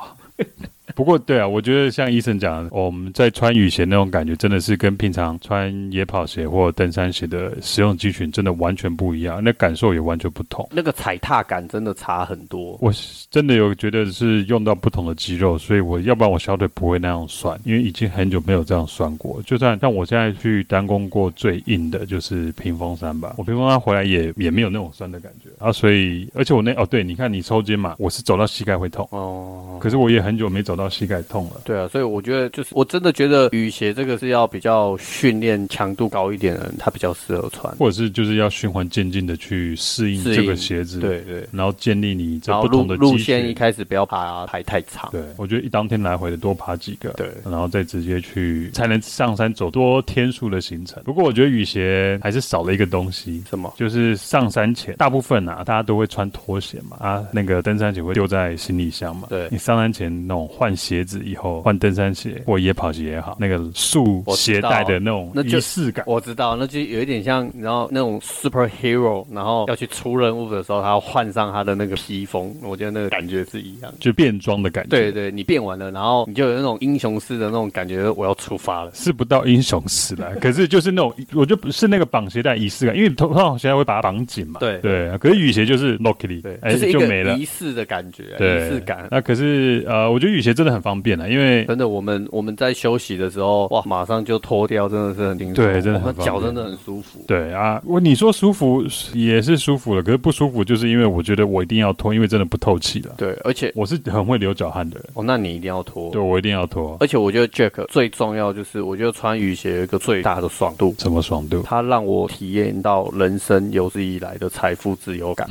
Speaker 1: 不过，对啊，我觉得像医生讲的，哦我们在穿雨鞋那种感觉，真的是跟平常穿野跑鞋或登山鞋的使用肌群真的完全不一样，那感受也完全不同。
Speaker 2: 那个踩踏感真的差很多。
Speaker 1: 我真的有觉得是用到不同的肌肉，所以我要不然我小腿不会那样酸，因为已经很久没有这样酸过。就算像我现在去单攻过最硬的就是屏风山吧，我屏风山回来也也没有那种酸的感觉啊。所以而且我那哦对，你看你抽筋嘛，我是走到膝盖会痛，
Speaker 2: 哦，
Speaker 1: 可是我也很久没走到膝盖痛了。
Speaker 2: 对啊，所以我觉得就是我真的觉得雨鞋这个是要比较训练强度高一点的人，他比较适合穿。
Speaker 1: 或者是就是要循环渐进的去适应
Speaker 2: 适应
Speaker 1: 这个鞋子，，
Speaker 2: 对对，
Speaker 1: 然后建立你这
Speaker 2: 然后
Speaker 1: 不
Speaker 2: 路
Speaker 1: 同的
Speaker 2: 路
Speaker 1: 肌
Speaker 2: 线一
Speaker 1: 群。
Speaker 2: 开始不要爬排太长。
Speaker 1: 对，我觉得一当天来回的多爬几个，
Speaker 2: 对
Speaker 1: 然后再直接去才能上山走多天数的行程。不过我觉得雨鞋还是少了一个东西，
Speaker 2: 什么？
Speaker 1: 就是上山前，大部分啊大家都会穿拖鞋嘛，啊那个登山鞋会丢在行李箱嘛。
Speaker 2: 对
Speaker 1: 你上山前那种换鞋子以后，换登山鞋或野跑鞋也好，那个束
Speaker 2: 我
Speaker 1: 鞋
Speaker 2: 知道啊
Speaker 1: 带的那种
Speaker 2: 那就
Speaker 1: 仪式感。
Speaker 2: 我知道，那就有一点像，然后那种 superhero，然后要去出任务的时候，他要换上他的那个披风，我觉得那个感觉是一样的。
Speaker 1: 就变装的感觉，
Speaker 2: 对对，你变完了，然后你就有那种英雄式的那种感觉，我要出发了。
Speaker 1: 是不到英雄死了， 可是就是那种，我就不是那个绑鞋带仪式感，因为通通常鞋带会把它绑紧嘛。
Speaker 2: 对
Speaker 1: 对，可是雨鞋就是 l o c k y
Speaker 2: 对，
Speaker 1: 哎、
Speaker 2: 就是一
Speaker 1: 就没
Speaker 2: 个
Speaker 1: 了
Speaker 2: 仪。式的感觉，
Speaker 1: 对，
Speaker 2: 仪式感。
Speaker 1: 那可是呃，我觉得雨鞋真的很方便了，啊因为
Speaker 2: 真的，我们我们在休息的时候，哇，马上就脱掉，真的是很轻松。
Speaker 1: 对真的
Speaker 2: 我们
Speaker 1: 很方
Speaker 2: 脚
Speaker 1: 便
Speaker 2: 真的很舒服。
Speaker 1: 对啊，我你说舒服也是舒服了，可是不舒服就是因为我觉得我一定要脱，因为真的不透气了。
Speaker 2: 对，而且
Speaker 1: 我是很会流脚汗的人，
Speaker 2: 哦，那你一定要脱
Speaker 1: 对。我一定要脱，
Speaker 2: 而且我觉得 Jack 最重要就是，我觉得穿雨鞋有一个最大的爽度，
Speaker 1: 什么爽度？
Speaker 2: 它让我体验到人生有史以来的财富自由感。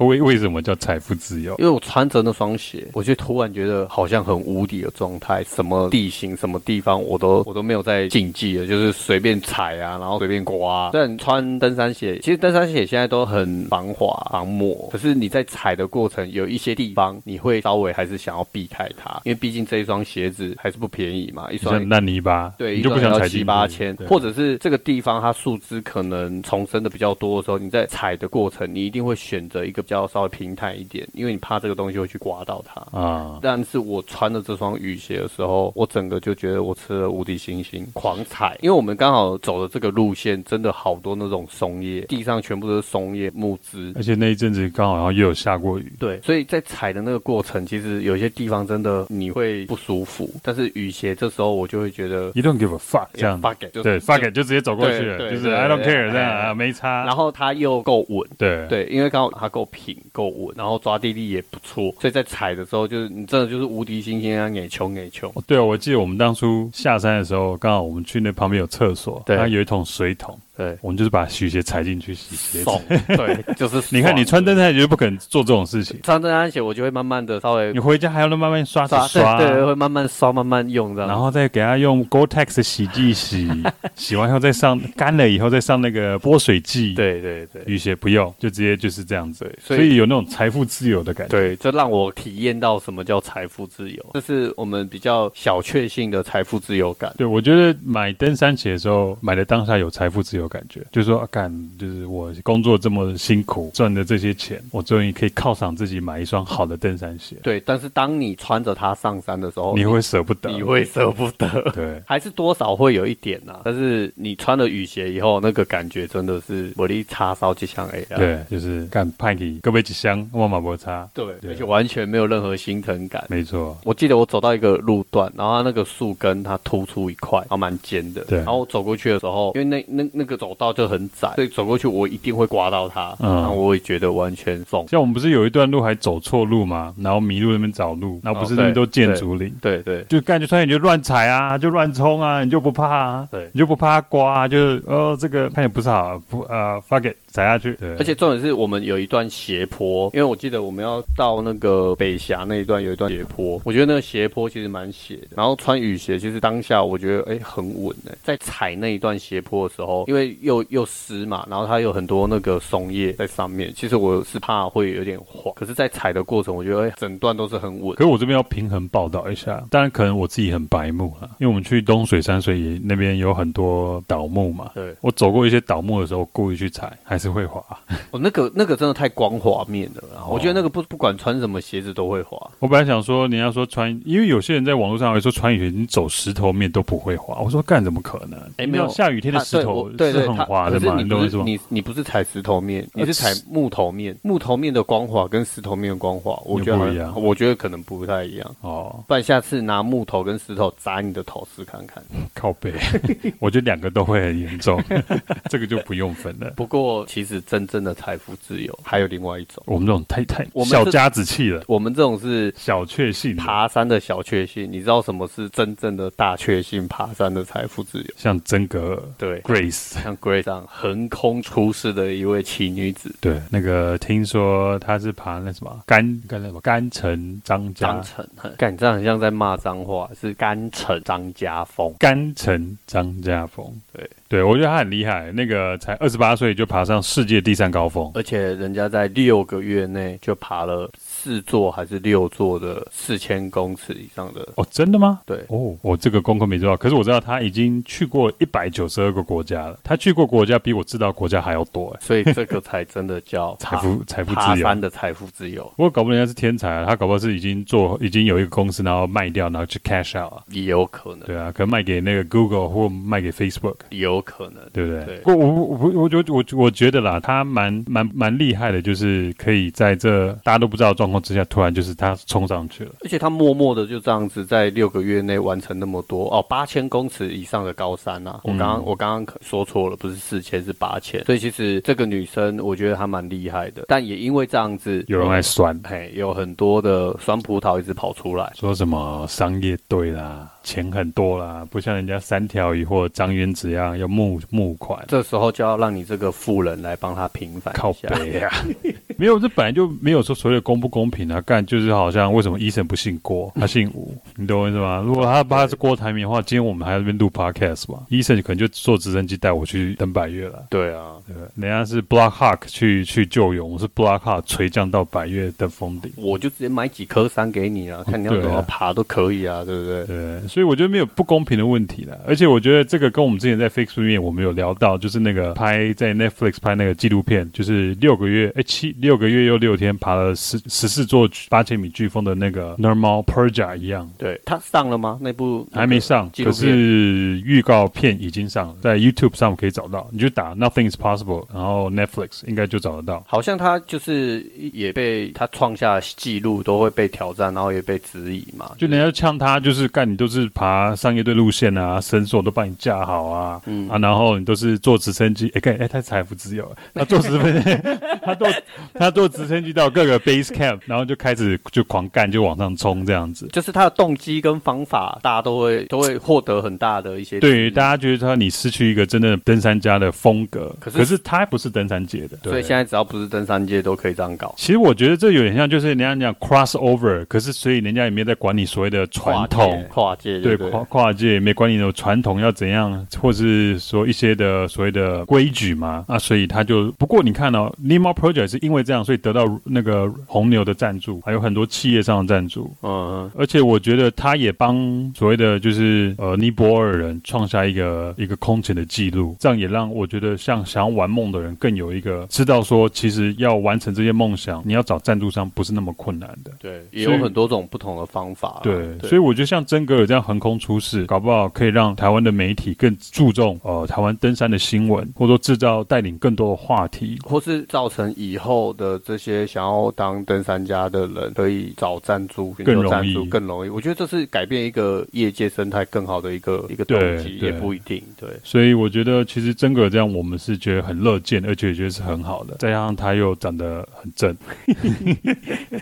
Speaker 1: 为为什么叫财富自由？
Speaker 2: 因为我穿着那双鞋，我就突然觉得好像很无敌的状态，什么地形、什么地方我都我都没有在禁忌的，就是随便踩啊，然后随便刮、啊。虽然穿登山鞋，其实登山鞋现在都很防滑、防磨，可是你在踩的过程有一些地方你会稍微还是想要避开它，因为毕竟这一双鞋子还是不便宜嘛，一双
Speaker 1: 像烂泥巴，
Speaker 2: 对，
Speaker 1: 你就不
Speaker 2: 一双
Speaker 1: 想
Speaker 2: 要
Speaker 1: 踩进
Speaker 2: 七
Speaker 1: 去
Speaker 2: 八千，
Speaker 1: 对啊
Speaker 2: 或者是这个地方它树枝可能重生的比较多的时候，你在踩的过程，你一定会选择一个比较稍微平坦一点，因为你怕这个东西会去刮到它。
Speaker 1: 啊，
Speaker 2: 但是我穿了这双雨鞋的时候，我整个就觉得我吃了无敌星星，狂踩。因为我们刚好走的这个路线，真的好多那种松叶，地上全部都是松叶、木枝，
Speaker 1: 而且那一阵子刚好好像又有下过雨，
Speaker 2: 对，所以在踩的那个过程，其实有些地方真的你会不舒服。但是雨鞋这时候我就会觉得
Speaker 1: You don't give a fuck 这样，
Speaker 2: ，fuck it，就
Speaker 1: 对
Speaker 2: 就
Speaker 1: fuck it 就直接走过去
Speaker 2: 对
Speaker 1: 了，
Speaker 2: 对
Speaker 1: 就是
Speaker 2: 对
Speaker 1: I don't
Speaker 2: 对
Speaker 1: care
Speaker 2: 哎
Speaker 1: 这样
Speaker 2: 哎
Speaker 1: 啊，没差。
Speaker 2: 然后它又够稳。
Speaker 1: 对，
Speaker 2: 对，因为刚好它够平、够稳，然后抓地力也不错，所以在踩的时候，就是你真的就是无敌星星啊，给穷给穷。
Speaker 1: 对啊，我记得我们当初下山的时候，刚好我们去那旁边有厕所，
Speaker 2: 对
Speaker 1: 然后有一桶水桶，
Speaker 2: 对，
Speaker 1: 我们就是把雨鞋踩进去洗鞋子
Speaker 2: 爽。， 对，就是爽
Speaker 1: 你看，你穿登山鞋就不可能做这种事情，
Speaker 2: 穿登山鞋，我就会慢慢的稍微
Speaker 1: 你回家还要慢慢刷子
Speaker 2: 刷，
Speaker 1: 刷，
Speaker 2: 对对，会慢慢刷，慢慢用这样。
Speaker 1: 然后再给它用 Gore-Tex 洗剂洗，洗完以后再上干了以后再上那个剥水剂。，
Speaker 2: 对对对
Speaker 1: 雨鞋不用，就直接就是这样子
Speaker 2: 对，
Speaker 1: 所
Speaker 2: 所以
Speaker 1: 以有那种财富自由的感觉。
Speaker 2: 对，这让我体验到什么叫财富自由，这是我们比较小确幸的财富自由感。
Speaker 1: 对，我觉得买登山鞋的时候，买的当下有财富自由感觉，就是说，啊干、就是我工作这么辛苦赚的这些钱，我终于可以犒赏自己买一双好的登山鞋，
Speaker 2: 对，但是当你穿着它上山的时候，
Speaker 1: 你会舍不得，
Speaker 2: 你会舍不得。
Speaker 1: 对。
Speaker 2: 还是多少会有一点呐、但是你穿了雨鞋以后，那个感觉真的是我力叉烧就像 A 啊，
Speaker 1: 对，就是干派给各位几箱万马摩擦，
Speaker 2: 对，
Speaker 1: 对
Speaker 2: 而且完全没有任何心疼感。
Speaker 1: 没错，
Speaker 2: 我记得我走到一个路段，然后它那个树根它突出一块，然后蛮尖的。
Speaker 1: 对
Speaker 2: 然后我走过去的时候，因为那那那个走道就很窄，所以走过去我一定会刮到它。
Speaker 1: 嗯
Speaker 2: 然后我也觉得完全松。
Speaker 1: 像我们不是有一段路还走错路嘛，然后迷路那边找路，然后不是
Speaker 2: 哦
Speaker 1: 那边
Speaker 2: 对
Speaker 1: 都建筑林，
Speaker 2: 对对
Speaker 1: 就干就穿你就乱踩啊，就乱冲啊，你就不怕啊，
Speaker 2: 对
Speaker 1: 你就不怕刮、啊，就是哦这个看起来不是好，不呃 fuck it 踩下去，对，
Speaker 2: 而且重点是我们有一段斜坡，因为我记得我们要到那个北峡那一段有一段斜坡，我觉得那个斜坡其实蛮斜的。然后穿雨鞋，其实当下我觉得哎、很稳哎、在踩那一段斜坡的时候，因为又又湿嘛，然后它有很多那个松叶在上面，其实我是怕会有点滑，可是，在踩的过程，我觉得哎、整段都是很稳
Speaker 1: 可。是我这边要平衡报道一下，当然可能我自己很白目啦，因为我们去东水山水也那边有很多倒木嘛。
Speaker 2: 对，
Speaker 1: 我走过一些倒木的时候，故意去踩，还是会滑。
Speaker 2: 哦，那个那个真的太光滑面了
Speaker 1: 哦
Speaker 2: 啦，我觉得那个不不管穿什么鞋子都会滑。
Speaker 1: 我本来想说，你要说穿，因为有些人在网络上会说穿雨鞋，你走石头面都不会滑。我说干怎么可能？
Speaker 2: 哎
Speaker 1: 你
Speaker 2: 没有
Speaker 1: 知道下雨天的
Speaker 2: 啊
Speaker 1: 石头是
Speaker 2: 对我对对
Speaker 1: 很
Speaker 2: 它
Speaker 1: 滑的
Speaker 2: 可是
Speaker 1: 嘛？
Speaker 2: 你
Speaker 1: 你懂
Speaker 2: 不
Speaker 1: 我意
Speaker 2: 是
Speaker 1: 思吗？
Speaker 2: 你你不是踩石头面，你
Speaker 1: 呃
Speaker 2: 是踩木头面。木头面的光滑跟石头面的光滑，我觉得
Speaker 1: 又不
Speaker 2: 好像
Speaker 1: 一样
Speaker 2: 我觉得可能不太一样。
Speaker 1: 哦，
Speaker 2: 不然下次拿木头跟石头砸你的头试看看。
Speaker 1: 靠背， 我觉得两个都会很严重， 这个就不用分了。
Speaker 2: 不过，其实真正的财富自由还有另外一种，
Speaker 1: 我们这种太太
Speaker 2: 我们
Speaker 1: 小
Speaker 2: 是
Speaker 1: 家子气了，
Speaker 2: 我们这种是
Speaker 1: 小确幸了，
Speaker 2: 爬山的小确幸。你知道什么是真正的大确幸？爬山的财富自由，
Speaker 1: 像真格尔
Speaker 2: 对。
Speaker 1: Grace。
Speaker 2: 像 Grace 这样横空出世的一位奇女子，
Speaker 1: 对，那个听说他是爬那什么甘甘什么甘城张家
Speaker 2: 张成，哼啊干，你这样很像在骂脏话，是甘城张家峰。
Speaker 1: 甘城张家峰，
Speaker 2: 对
Speaker 1: 对，我觉得他很厉害，那个才二十八岁就爬上世界第三高峰，
Speaker 2: 而且人家在六个月内就爬了四座还是六座的四千公尺以上的，
Speaker 1: 哦，真的吗？
Speaker 2: 对，
Speaker 1: 哦，我这个功课没做到，可是我知道他已经去过一百九十二个国家了，他去过国家比我知道国家还要多，哎，
Speaker 2: 所以这个才真的叫
Speaker 1: 财
Speaker 2: 爬
Speaker 1: 富财富
Speaker 2: 爬
Speaker 1: 自由。
Speaker 2: 山的财富自由，
Speaker 1: 不过搞不好人家是天才啊，他搞不好是已经做已经有一个公司，然后卖掉，然后去 cash out 啊，
Speaker 2: 也有可能，
Speaker 1: 对啊，可能卖给那个 Google 或卖给 Facebook。
Speaker 2: 也有可能，
Speaker 1: 对不对？
Speaker 2: 对
Speaker 1: 我我我我我我我觉得啦，他蛮蛮蛮厉害的，就是可以在这大家都不知道的状况之下，突然就是他冲上去了。
Speaker 2: 而且他默默的就这样子在六个月内完成那么多哦，八千公尺以上的高山啊！
Speaker 1: 嗯
Speaker 2: 我刚刚、我刚刚可说错了，不是四千是八千，所以其实这个女生我觉得她蛮厉害的，但也因为这样子，
Speaker 1: 有人来酸，
Speaker 2: 嘿有很多的酸葡萄一直跑出来。
Speaker 1: 说什么商业队啦，钱很多啦，不像人家三条鱼或张元子一样要募募款，
Speaker 2: 这时候就要让你这个富人来帮他平反
Speaker 1: 靠
Speaker 2: 一下。
Speaker 1: 背啊！ 没有，这本来就没有说所谓的公不公平啊，干就是好像为什么医生不姓郭，他姓吴，你懂我意思吗？如果他他是郭台铭的话，今天我们还在那边录 podcast 吧，医生可能就坐直升机带我去登百越了。
Speaker 2: 对啊，
Speaker 1: 对不对，人家是 Black Hawk 去去救援，我是 Black Hawk 垂降到百越的峰顶。
Speaker 2: 我就直接买几颗山给你啊，看你要怎
Speaker 1: 对
Speaker 2: 么
Speaker 1: 啊
Speaker 2: 爬都可以啊，对不对？
Speaker 1: 对，所以我觉得没有不公平的问题了。而且我觉得这个跟我们之前在 Facebook 面我们有聊到，就是那个拍在 Netflix 拍那个纪录片，就是六个月哎七六个月又六天爬了十十四座八千米飓风的那个 Normal Perja 一样。
Speaker 2: 对，他上了吗？那部
Speaker 1: 还没上，
Speaker 2: 纪
Speaker 1: 可
Speaker 2: 录片
Speaker 1: 是预告片已经上了，在 YouTube 上可以找到。你就打 Nothing is Possible，然后 Netflix 应该就找得到。
Speaker 2: 好像他就是也被他创下记录，都会被挑战，然后也被质疑嘛。
Speaker 1: 就人家呛他，就是干你都是爬商业队路线啊，绳索都帮你架好啊，
Speaker 2: 嗯
Speaker 1: 啊，然后你都是坐直升机，哎、干，哎、他财富自由，他坐直升机， 他坐他坐直升机到各个 base camp，然后就开始就狂干，就往上冲这样子。
Speaker 2: 就是他的动机跟方法，大家都会都会获得很大的一些
Speaker 1: 对于
Speaker 2: 质疑
Speaker 1: 大家觉得他你失去一个真正的登山家的风格，
Speaker 2: 可
Speaker 1: 可
Speaker 2: 是
Speaker 1: 是他不是登山界的，
Speaker 2: 所以现在只要不是登山界都可以这样搞。
Speaker 1: 其实我觉得这有点像，就是人家讲 crossover，可是所以人家也没有在管你所谓的传统，
Speaker 2: 跨界，跨界
Speaker 1: 对
Speaker 2: 不
Speaker 1: 跨跨界没管你的传统要怎样，或是说一些的所谓的规矩嘛，啊，所以他就不过你看哦 n e m o Project 是因为这样，所以得到那个红牛的赞助，还有很多企业上的赞助。
Speaker 2: 嗯，
Speaker 1: 而且我觉得他也帮所谓的就是呃尼泊尔人创下一个一个空前的记录，这样也让我觉得像想要玩梦的人更有一个知道说，其实要完成这些梦想，你要找赞助商不是那么困难的。
Speaker 2: 对，也
Speaker 1: 所
Speaker 2: 有
Speaker 1: 以
Speaker 2: 很多种不同的方法啦。
Speaker 1: 对，所以我觉得像真格尔这样横空出世，搞不好可以让台湾的媒体更注重呃台湾登山的新闻，或者说制造带领更多的话题。
Speaker 2: 或是造成以后的这些想要当登山家的人可以找赞助，寻
Speaker 1: 更
Speaker 2: 求
Speaker 1: 容
Speaker 2: 赞助
Speaker 1: 易
Speaker 2: 更容易。我觉得这是改变一个业界生态更好的一个一个动
Speaker 1: 对
Speaker 2: 机，也
Speaker 1: 对
Speaker 2: 不一定。对，
Speaker 1: 所以我觉得其实真格尔这样，我们是觉得很乐见，而且也觉得是很好的。再加上他又长得很正，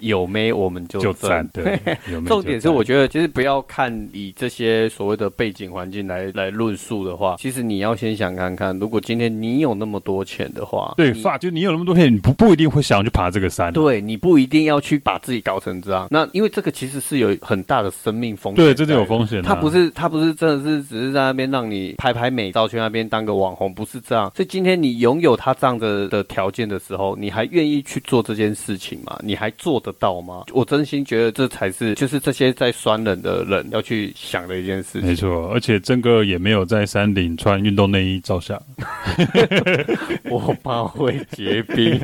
Speaker 2: 有没我们就
Speaker 1: 就赞。
Speaker 2: 赞
Speaker 1: 对，有没有
Speaker 2: 重点是，
Speaker 1: 就赞
Speaker 2: 我觉得其实不要看以这些所谓的背景环境来来论述的话，其实你要先想看看，如果今天你有那么多钱的话，
Speaker 1: 对
Speaker 2: 你
Speaker 1: 发，就你有那么多片，你不不一定会想去爬这个山。啊
Speaker 2: 对你不一定要去把自己搞成这样。那因为这个其实是有很大的生命风险，
Speaker 1: 对，这就有。风险、啊。
Speaker 2: 他不是他不是真的是只是在那边让你拍拍美照，去那边当个网红，不是这样。所以今天你拥有他这样的的条件的时候，你还愿意去做这件事情吗？你还做得到吗？我真心觉得这才是就是这些在酸人的人要去想的一件事
Speaker 1: 没
Speaker 2: 情。
Speaker 1: 错，而且真格尔也没有在山顶穿运动内衣照相，
Speaker 2: 我怕会结 冰，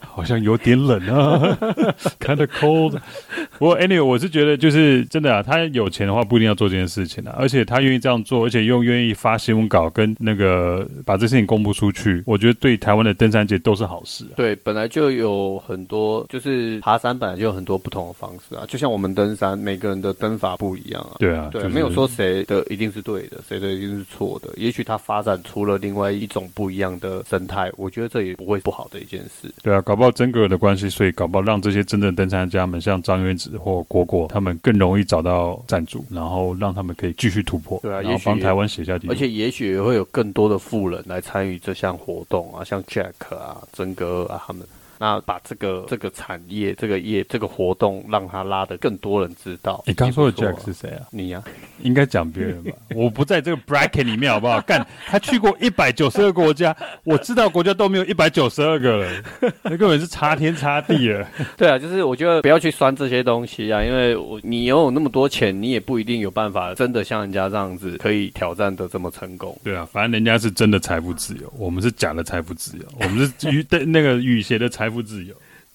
Speaker 1: 好像有点冷啊 ，kind of cold。不过 anyway，我是觉得就是真的啊，他有钱的话不一定要做这件事情啊，而且他愿意这样做，而且又愿意发新闻稿跟那个把这事情公布出去，我觉得对台湾的登山界都是好事、啊。
Speaker 2: 对，本来就有很多，就是爬山本来就有很多不同的方式啊，就像我们登山，每个人的登法不一样啊。
Speaker 1: 对啊，
Speaker 2: 对，
Speaker 1: 就是
Speaker 2: 没有说谁的一定是对的，谁的一定是错的。也许它发展出了另外一种不一样的生态，我觉得这也不会不好的一件事。
Speaker 1: 对啊，搞不好真格尔的关系，所以搞不好让这些真正的登山家们，像张元子或果果，他们更容易找到赞助，然后让他们可以继续突破，
Speaker 2: 对啊
Speaker 1: 然
Speaker 2: 也
Speaker 1: 后
Speaker 2: 许
Speaker 1: 帮台湾写下记录
Speaker 2: 而。且也许也会有更多的富人来参与这项活动啊，像 Jack 啊、曾格尔啊他们。那把这个这个产业、这个业、这个活动，让它拉得更多人知道。
Speaker 1: 你刚说的
Speaker 2: 也不
Speaker 1: Jack
Speaker 2: 错啊
Speaker 1: 是谁啊？
Speaker 2: 你呀、
Speaker 1: 应该讲别人吧， 我不在这个 bracket 里面，好不好？干，他去过一百九十二国家，我知道国家都没有一百九十二个了，那根本是差天差地了。
Speaker 2: 对啊，就是我觉得不要去酸这些东西啊，因为我你拥有那么多钱，你也不一定有办法真的像人家这样子可以挑战的这么成功。
Speaker 1: 对啊，反正人家是真的财富自由，我们是假的财富自由，我们是雨对那个雨鞋的财富自由。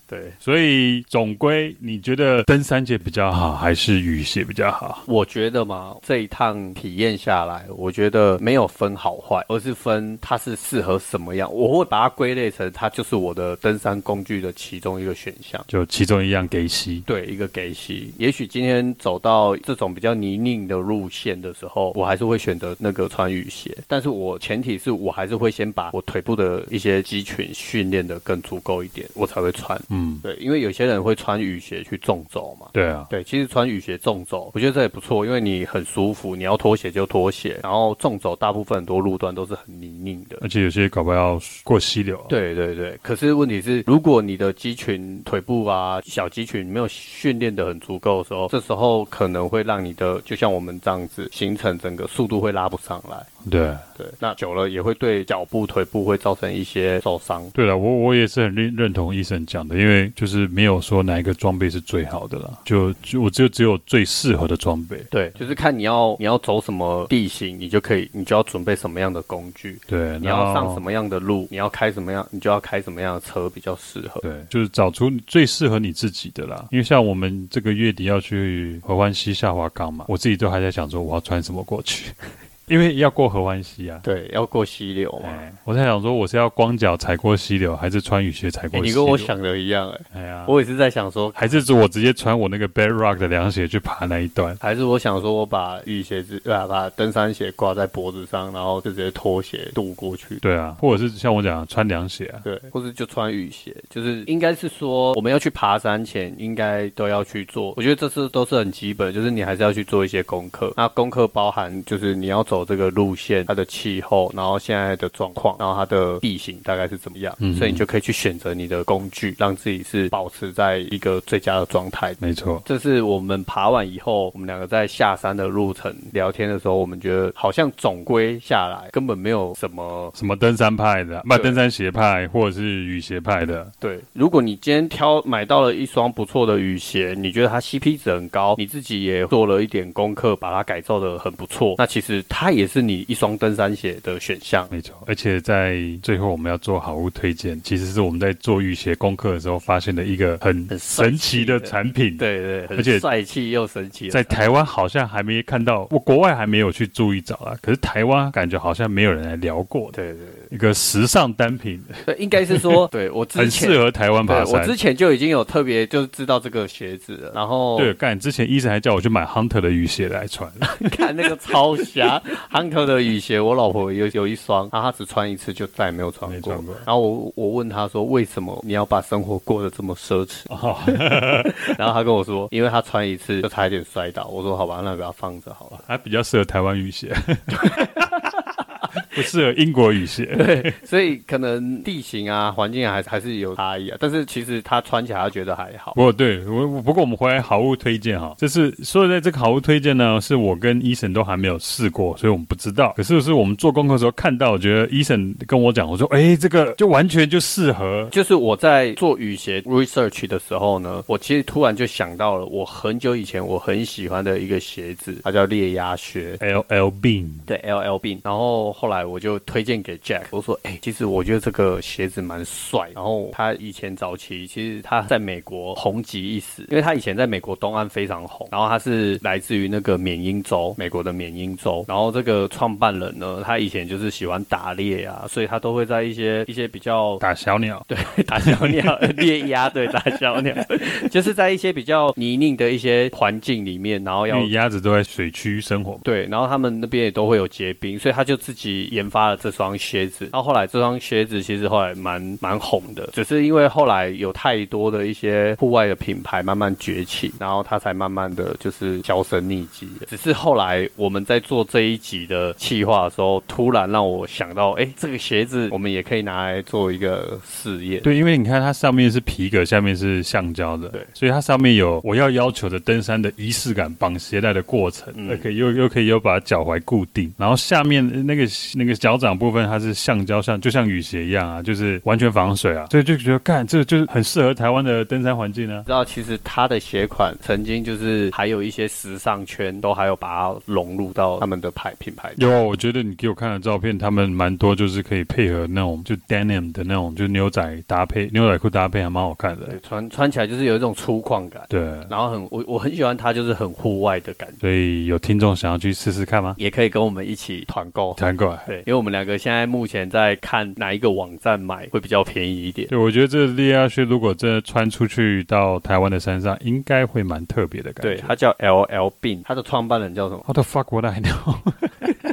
Speaker 2: 对，
Speaker 1: 所以总归，你觉得登山鞋比较好，还是雨鞋比较好？
Speaker 2: 我觉得嘛，这一趟体验下来，我觉得没有分好坏，而是分它是适合什么样。我会把它归类成它就是我的登山工具的其中一个选项。
Speaker 1: 就其中一样给息。
Speaker 2: 对，一个给息。也许今天走到这种比较泥泞的路线的时候，我还是会选择那个穿雨鞋，但是我前提是我还是会先把我腿部的一些肌群训练的更足够一点，我才会穿。
Speaker 1: 嗯，
Speaker 2: 对，因为有些人会穿雨鞋去纵走嘛。
Speaker 1: 对啊，
Speaker 2: 对，其实穿雨鞋纵走，我觉得这也不错，因为你很舒服，你要脱鞋就脱鞋，然后纵走大部分很多路段都是很泥泞的。
Speaker 1: 而且有些搞不好要过溪流、啊。
Speaker 2: 对对对，可是问题是，如果你的肌群、腿部啊、小肌群没有训练的很足够的时候，这时候可能会让你的，就像我们这样子，行程整个速度会拉不上来。
Speaker 1: 对
Speaker 2: 对，那久了也会对脚部、腿部会造成一些受伤。
Speaker 1: 对了，我我也是很认认同医生讲的，因为就是没有说哪一个装备是最好的啦，就就我就只有最适合的装备。
Speaker 2: 对，就是看你要你要走什么地形，你就可以，你就要准备什么样的工具。
Speaker 1: 对，
Speaker 2: 你要
Speaker 1: 然
Speaker 2: 上
Speaker 1: 后
Speaker 2: 什么样的路，你要开什么样，你就要开什么样的车比较适合。
Speaker 1: 对，就是找出最适合你自己的啦。因为像我们这个月底要去合欢溪下滑港嘛，我自己都还在想说我要穿什么过去， 因为要过合欢溪啊。
Speaker 2: 对，要过溪流嘛。
Speaker 1: 哎，我在想说我是要光脚踩过溪流，还是穿雨鞋踩过溪流？
Speaker 2: 哎你跟我，想的一样、哎，
Speaker 1: 哎呀，
Speaker 2: 我也是在想说，
Speaker 1: 还是指我直接穿我那个 Bad Rock 的凉鞋去爬那一段。
Speaker 2: 还是我想说，我把雨鞋子，对啊，把登山鞋挂在脖子上，然后就直接拖鞋渡过去。
Speaker 1: 对啊，或者是像我讲的穿凉鞋啊。
Speaker 2: 对，或是就穿雨鞋，就是应该是说我们要去爬山前，应该都要去做。我觉得这次都是很基本，就是你还是要去做一些功课。那功课包含就是你要走这个路线，它的气候，然后现在的状况，然后它的地形大概是怎么样，
Speaker 1: 嗯
Speaker 2: 所以你就可以去选择你的工具，让自己是保持在一个最佳的状态。
Speaker 1: 没错，
Speaker 2: 这是我们爬完以后，我们两个在下山的路程聊天的时候，我们觉得好像总归下来根本没有什么
Speaker 1: 什么登山派的，不
Speaker 2: 对
Speaker 1: 登山鞋派，或者是雨鞋派的，
Speaker 2: 对，如果你今天挑买到了一双不错的雨鞋，你觉得它 CP 值很高，你自己也做了一点功课，把它改造的很不错，那其实它也是你一双登山鞋的选项。
Speaker 1: 没错。而且在最后我们要做好物推荐，其实是我们在做雨鞋功课的时候发现的一个很
Speaker 2: 很帅气的
Speaker 1: 神奇的产品。，
Speaker 2: 对对，很
Speaker 1: 而且
Speaker 2: 帅气又神奇的
Speaker 1: 在
Speaker 2: 产品。
Speaker 1: 台湾好像还没看到，我国外还没有去注意找啊。可是台湾感觉好像没有人来聊过的
Speaker 2: 对对对
Speaker 1: 一个时尚单品，
Speaker 2: 对，应该 是说，对我之
Speaker 1: 很
Speaker 2: 前
Speaker 1: 适合台湾
Speaker 2: 对
Speaker 1: 爬
Speaker 2: 我
Speaker 1: 山
Speaker 2: 之。前就已经有特别就是知道这个鞋子了，然后
Speaker 1: 对，干之前医生还叫我去买 Hunter 的雨鞋来穿，
Speaker 2: 看那个超侠 Hunter 的雨鞋，我老婆有有一双，啊然后她只穿一次就再也没有穿
Speaker 1: 没
Speaker 2: 过。
Speaker 1: 穿过
Speaker 2: 然后我我问她说，为什么你要把生活过得这么奢侈？
Speaker 1: 哦
Speaker 2: 然后她跟我说，因为她穿一次就差一点摔倒。我说好吧，那把它放着好了。
Speaker 1: 还比较适合台湾雨鞋， 不适合英国雨鞋。
Speaker 2: 对，所以可能地形啊、环境啊，还是还是有差异啊。但是其实她穿起来，她觉得还好。
Speaker 1: 不过哦对我，我不过我们回来好物推荐哈，这是说的在这个好物推荐呢，是我跟医生都还没有试过，所以我们不知道。可是是我们做功课的时候看到，我觉得医生跟我讲，我说哎，这个就完全就适合。
Speaker 2: 就是我在做雨鞋 research 的时候呢，我其实突然就想到了我很久以前我很喜欢的一个鞋子，它叫猎鸭靴。
Speaker 1: L L Bean，
Speaker 2: 对 L L B，然后后来我就推荐给 Jack，我说：“哎、其实我觉得这个鞋子蛮帅。”然后他以前早期其实他在美国红极一时，因为他以前在美国东岸非常红。然后他是来自于那个缅因州，美国的缅因州。然后这个创办人呢，他以前就是喜欢打猎啊，所以他都会在一些一些比较
Speaker 1: 打小鸟，
Speaker 2: 对，打小鸟 猎鸭，对，打小鸟， 就是在一些比较泥泞的一些环境里面，然后
Speaker 1: 因
Speaker 2: 要
Speaker 1: 为鸭子都在水区生活嘛。
Speaker 2: 对，然后他们那边也都会有结冰，所以他就自己研发了这双靴子。然后后来这双靴子其实后来蛮蛮红的，只是因为后来有太多的一些户外的品牌慢慢崛起，然后它才慢慢的就是销声匿迹了。只是后来我们在做这一集的企划的时候，突然让我想到，哎，这个鞋子我们也可以拿来做一个试验。
Speaker 1: 对，因为你看它上面是皮革，下面是橡胶的，
Speaker 2: 对
Speaker 1: 所以它上面有我要要求的登山的仪式感，绑鞋带的过程，
Speaker 2: 嗯
Speaker 1: 而可以又又可以又把脚踝固定，然后下面呃那个那个脚掌部分它是橡胶像就像雨鞋一样啊，就是完全防水啊，所以就觉得干这个就是很适合台湾的登山环境啊。
Speaker 2: 知道其实它的鞋款曾经就是还有一些时尚圈都还有把它融入到他们的牌品牌里。
Speaker 1: 有，我觉得你给我看的照片，他们蛮多，就是可以配合那种就 denim 的那种，就牛仔搭配，牛仔裤搭配还蛮好看的
Speaker 2: 对，。穿穿起来就是有一种粗犷感，
Speaker 1: 对，
Speaker 2: 然后很我我很喜欢它，就是很户外的感觉，
Speaker 1: 所以有听众想要去试试看吗？
Speaker 2: 也可以跟我们一起团购。
Speaker 1: 团购啊。
Speaker 2: 对，因为我们两个现在目前在看哪一个网站买会比较便宜一点。
Speaker 1: 对，我觉得这猎鸭靴如果真的穿出去到台湾的山上，应该会蛮特别的感觉。
Speaker 2: 对，它叫 L L Bin，它的创办人叫什么？
Speaker 1: ，How the fuck would I know？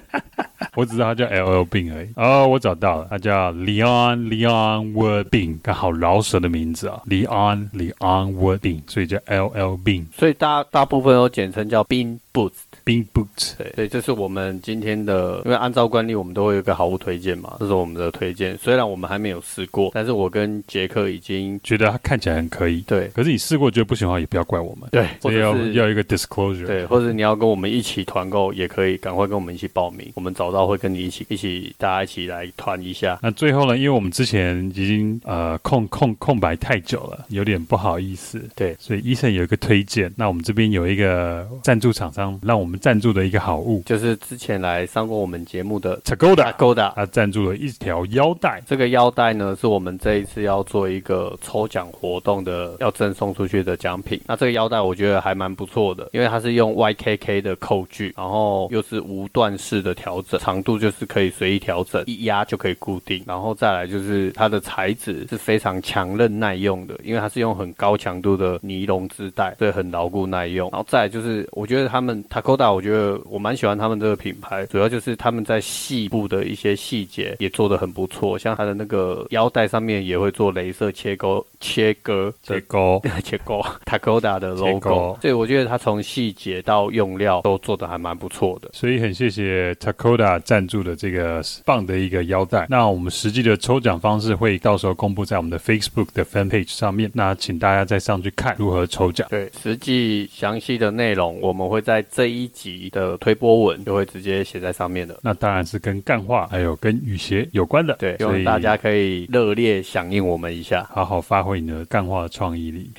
Speaker 1: 我只知道他叫 L L 病而已。哦，我找到了，他叫 Leon Leon Wood 病，刚好饶舌的名字啊，Leon Leon Wood 病，所以叫 L L 病
Speaker 2: 所以大大部分都简称叫 Bean Boost。
Speaker 1: 病 Boots。
Speaker 2: 对，所以这是我们今天的，因为按照惯例我们都会有一个好物推荐嘛，这是我们的推荐。虽然我们还没有试过，但是我跟杰克已经
Speaker 1: 觉得他看起来很可以，
Speaker 2: 对
Speaker 1: 可是你试过觉得不喜欢，也不要怪我们，
Speaker 2: 对，或
Speaker 1: 所以要
Speaker 2: 者
Speaker 1: 要
Speaker 2: 是
Speaker 1: 有一个 disclosure。
Speaker 2: 对，或者你要跟我们一起团购也可以，赶快跟我们一起报名，我们找到会跟你一起一起大家一起来团一下。
Speaker 1: 那最后呢，因为我们之前已经呃空空空白太久了，有点不好意思，
Speaker 2: 对，
Speaker 1: 所以医生有一个推荐。那我们这边有一个赞助厂商，让我们赞助的一个好物
Speaker 2: 就是之前来上过我们节目的
Speaker 1: Tagoda，
Speaker 2: Agoda，
Speaker 1: 他赞助了一条腰带。
Speaker 2: 这个腰带呢，是我们这一次要做一个抽奖活动的，要赠送出去的奖品。那这个腰带我觉得还蛮不错的，因为它是用 YKK 的扣具，然后又是无段式的调整，长度就是可以随意调整，一压就可以固定。然后再来就是它的材质是非常强韧耐用的，因为它是用很高强度的尼龙织带，所以很牢固耐用。然后再来就是，我觉得他们 Takoda，我觉得我蛮喜欢他们这个品牌，主要就是他们在细部的一些细节也做得很不错，像它的那个腰带上面也会做镭射切割切割
Speaker 1: 结
Speaker 2: 的
Speaker 1: 构
Speaker 2: 切割 Takoda 的
Speaker 1: 切割
Speaker 2: logo，所以我觉得它从细节到用料都做得还蛮不错的。
Speaker 1: 所以很谢谢 Takoda 赞助的这个棒的一个腰带。那我们实际的抽奖方式会到时候公布在我们的 Facebook 的 Fan Page 上面，那请大家再上去看如何抽奖。
Speaker 2: 对，实际详细的内容我们会在这一集的推播文就会直接写在上面的。
Speaker 1: 那当然是跟干话还有跟雨鞋有关的，
Speaker 2: 对，希
Speaker 1: 所
Speaker 2: 望
Speaker 1: 以
Speaker 2: 大家可以热烈响应我们一下。
Speaker 1: 好好发挥你的干话创意力。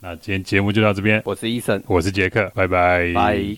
Speaker 1: 那今天节目就到这边，
Speaker 2: 我是医生，
Speaker 1: 我是杰克，拜拜，
Speaker 2: 拜。